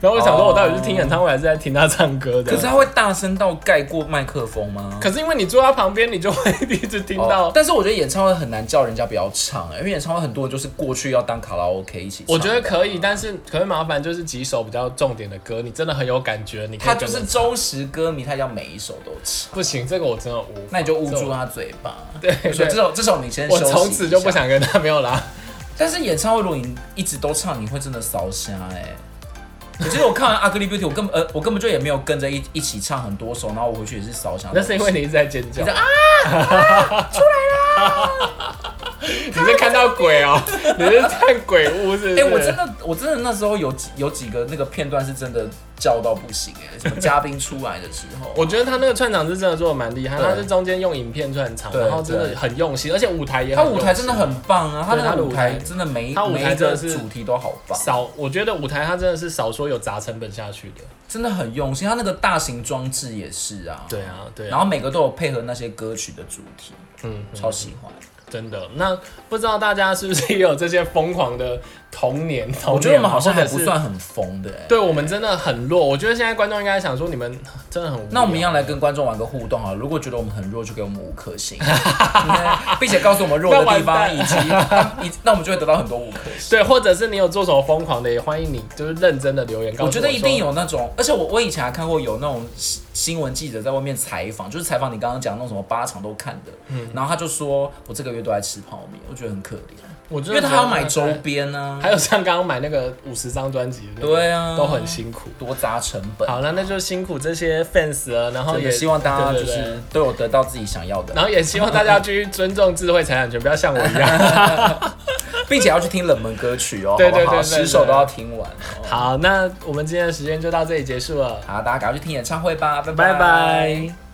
Speaker 1: 然后我想说，我到底是听演唱会还是在听他唱歌的？
Speaker 2: 可是他会大声到盖过麦克风吗？
Speaker 1: 可是因为你坐他旁边，你就会一直听到。
Speaker 2: 哦但是我觉得演唱会很难叫人家不要唱、欸，因为演唱会很多人就是过去要当卡拉 OK 一起唱。
Speaker 1: 我觉得可以，但是可是麻烦就是几首比较重点的歌，你真的很有感觉，你可以
Speaker 2: 他就
Speaker 1: 跟着
Speaker 2: 是忠实歌迷，他要每一首都唱，
Speaker 1: 不行，这个我真的无法。
Speaker 2: 那你就捂住他嘴巴。
Speaker 1: 对
Speaker 2: 我觉
Speaker 1: 对
Speaker 2: 得这首这首你先休
Speaker 1: 我
Speaker 2: 息一下
Speaker 1: 从此就不。想跟他没有啦。
Speaker 2: 但是演唱会如果你一直都唱，你会真的烧瞎哎。我记得我看完《Ugly Beauty》，我根本呃，我根本就也没有跟着一一起唱很多首，然后我回去也是烧瞎。
Speaker 1: 那是因为你一直在尖 叫
Speaker 2: 你在
Speaker 1: 啊，出来啦！你是看到鬼 哦、你是看鬼屋是不是？
Speaker 2: 哎、我真的，我真的那时候有几有几个那个片段是真的叫到不行哎、什么嘉宾出来的时候，
Speaker 1: 我觉得他那个串场是真的做的蛮厉害，
Speaker 2: 对
Speaker 1: 他是中间用影片串场，
Speaker 2: 对
Speaker 1: 然后真的很用心，而且舞台也
Speaker 2: 他
Speaker 1: 很用
Speaker 2: 舞
Speaker 1: 心
Speaker 2: 台真的很棒啊，他
Speaker 1: 对
Speaker 2: 那
Speaker 1: 他
Speaker 2: 个
Speaker 1: 的
Speaker 2: 舞
Speaker 1: 舞台
Speaker 2: 台真的每一
Speaker 1: 他舞
Speaker 2: 每
Speaker 1: 台
Speaker 2: 一
Speaker 1: 真的
Speaker 2: 个
Speaker 1: 是
Speaker 2: 主题都好棒，
Speaker 1: 少，我觉得舞台他真的是少说有砸成本下去的。
Speaker 2: 真的很用心。他那个大型装置也是啊，
Speaker 1: 对啊，对
Speaker 2: 然
Speaker 1: 啊，
Speaker 2: 后每个都有配合那些歌曲的主题，
Speaker 1: 嗯，
Speaker 2: 超喜欢。
Speaker 1: 真的。那不知道大家是不是也有这些疯狂的童年？
Speaker 2: 我
Speaker 1: 童
Speaker 2: 觉得
Speaker 1: 年啊
Speaker 2: 我们好像还
Speaker 1: 或
Speaker 2: 不
Speaker 1: 者是
Speaker 2: 算很疯的、欸。
Speaker 1: 对我们真的很弱，我觉得现在观众应该想说你们真的很无聊。
Speaker 2: 那我们一样来跟观众玩个互动啊！如果觉得我们很弱，就给我们五颗星，嗯 并且告诉我们弱的地方，以及以及那我们就会得到很多五颗星。
Speaker 1: 对，或者是你有做什么疯狂的，也欢迎你就是认真的留言告诉
Speaker 2: 我
Speaker 1: 我
Speaker 2: 觉得一定
Speaker 1: 说。
Speaker 2: 有那种，而且我我以前还看过有那种新新闻记者在外面采访，就是采访你刚刚讲那种什么八场都看的，
Speaker 1: 嗯
Speaker 2: 然后他就说我这个月都在吃泡面，我觉得很可怜，
Speaker 1: 我真
Speaker 2: 因
Speaker 1: 的
Speaker 2: 为
Speaker 1: 觉
Speaker 2: 他
Speaker 1: 得
Speaker 2: 要买周
Speaker 1: 大概，
Speaker 2: 边 啊，
Speaker 1: 还有像刚刚买那个五十张专辑的那个，
Speaker 2: 对啊
Speaker 1: 都很辛苦。
Speaker 2: 多砸成本，
Speaker 1: 好了，那就辛苦这些 fans 了，然后
Speaker 2: 真
Speaker 1: 也
Speaker 2: 的希望大家
Speaker 1: 对
Speaker 2: 就
Speaker 1: 对对
Speaker 2: 是都有得到自己想要的，
Speaker 1: 然后也希望大家继续尊重智慧财产权，不要像我一 样。
Speaker 2: 并且要去听冷门歌曲哦，
Speaker 1: 对
Speaker 2: 好不好
Speaker 1: 对对对
Speaker 2: 十首都要听完哦。
Speaker 1: 好，那我们今天的时间就到这里结束了，
Speaker 2: 好，大家赶快去听演唱会吧，拜
Speaker 1: 拜拜。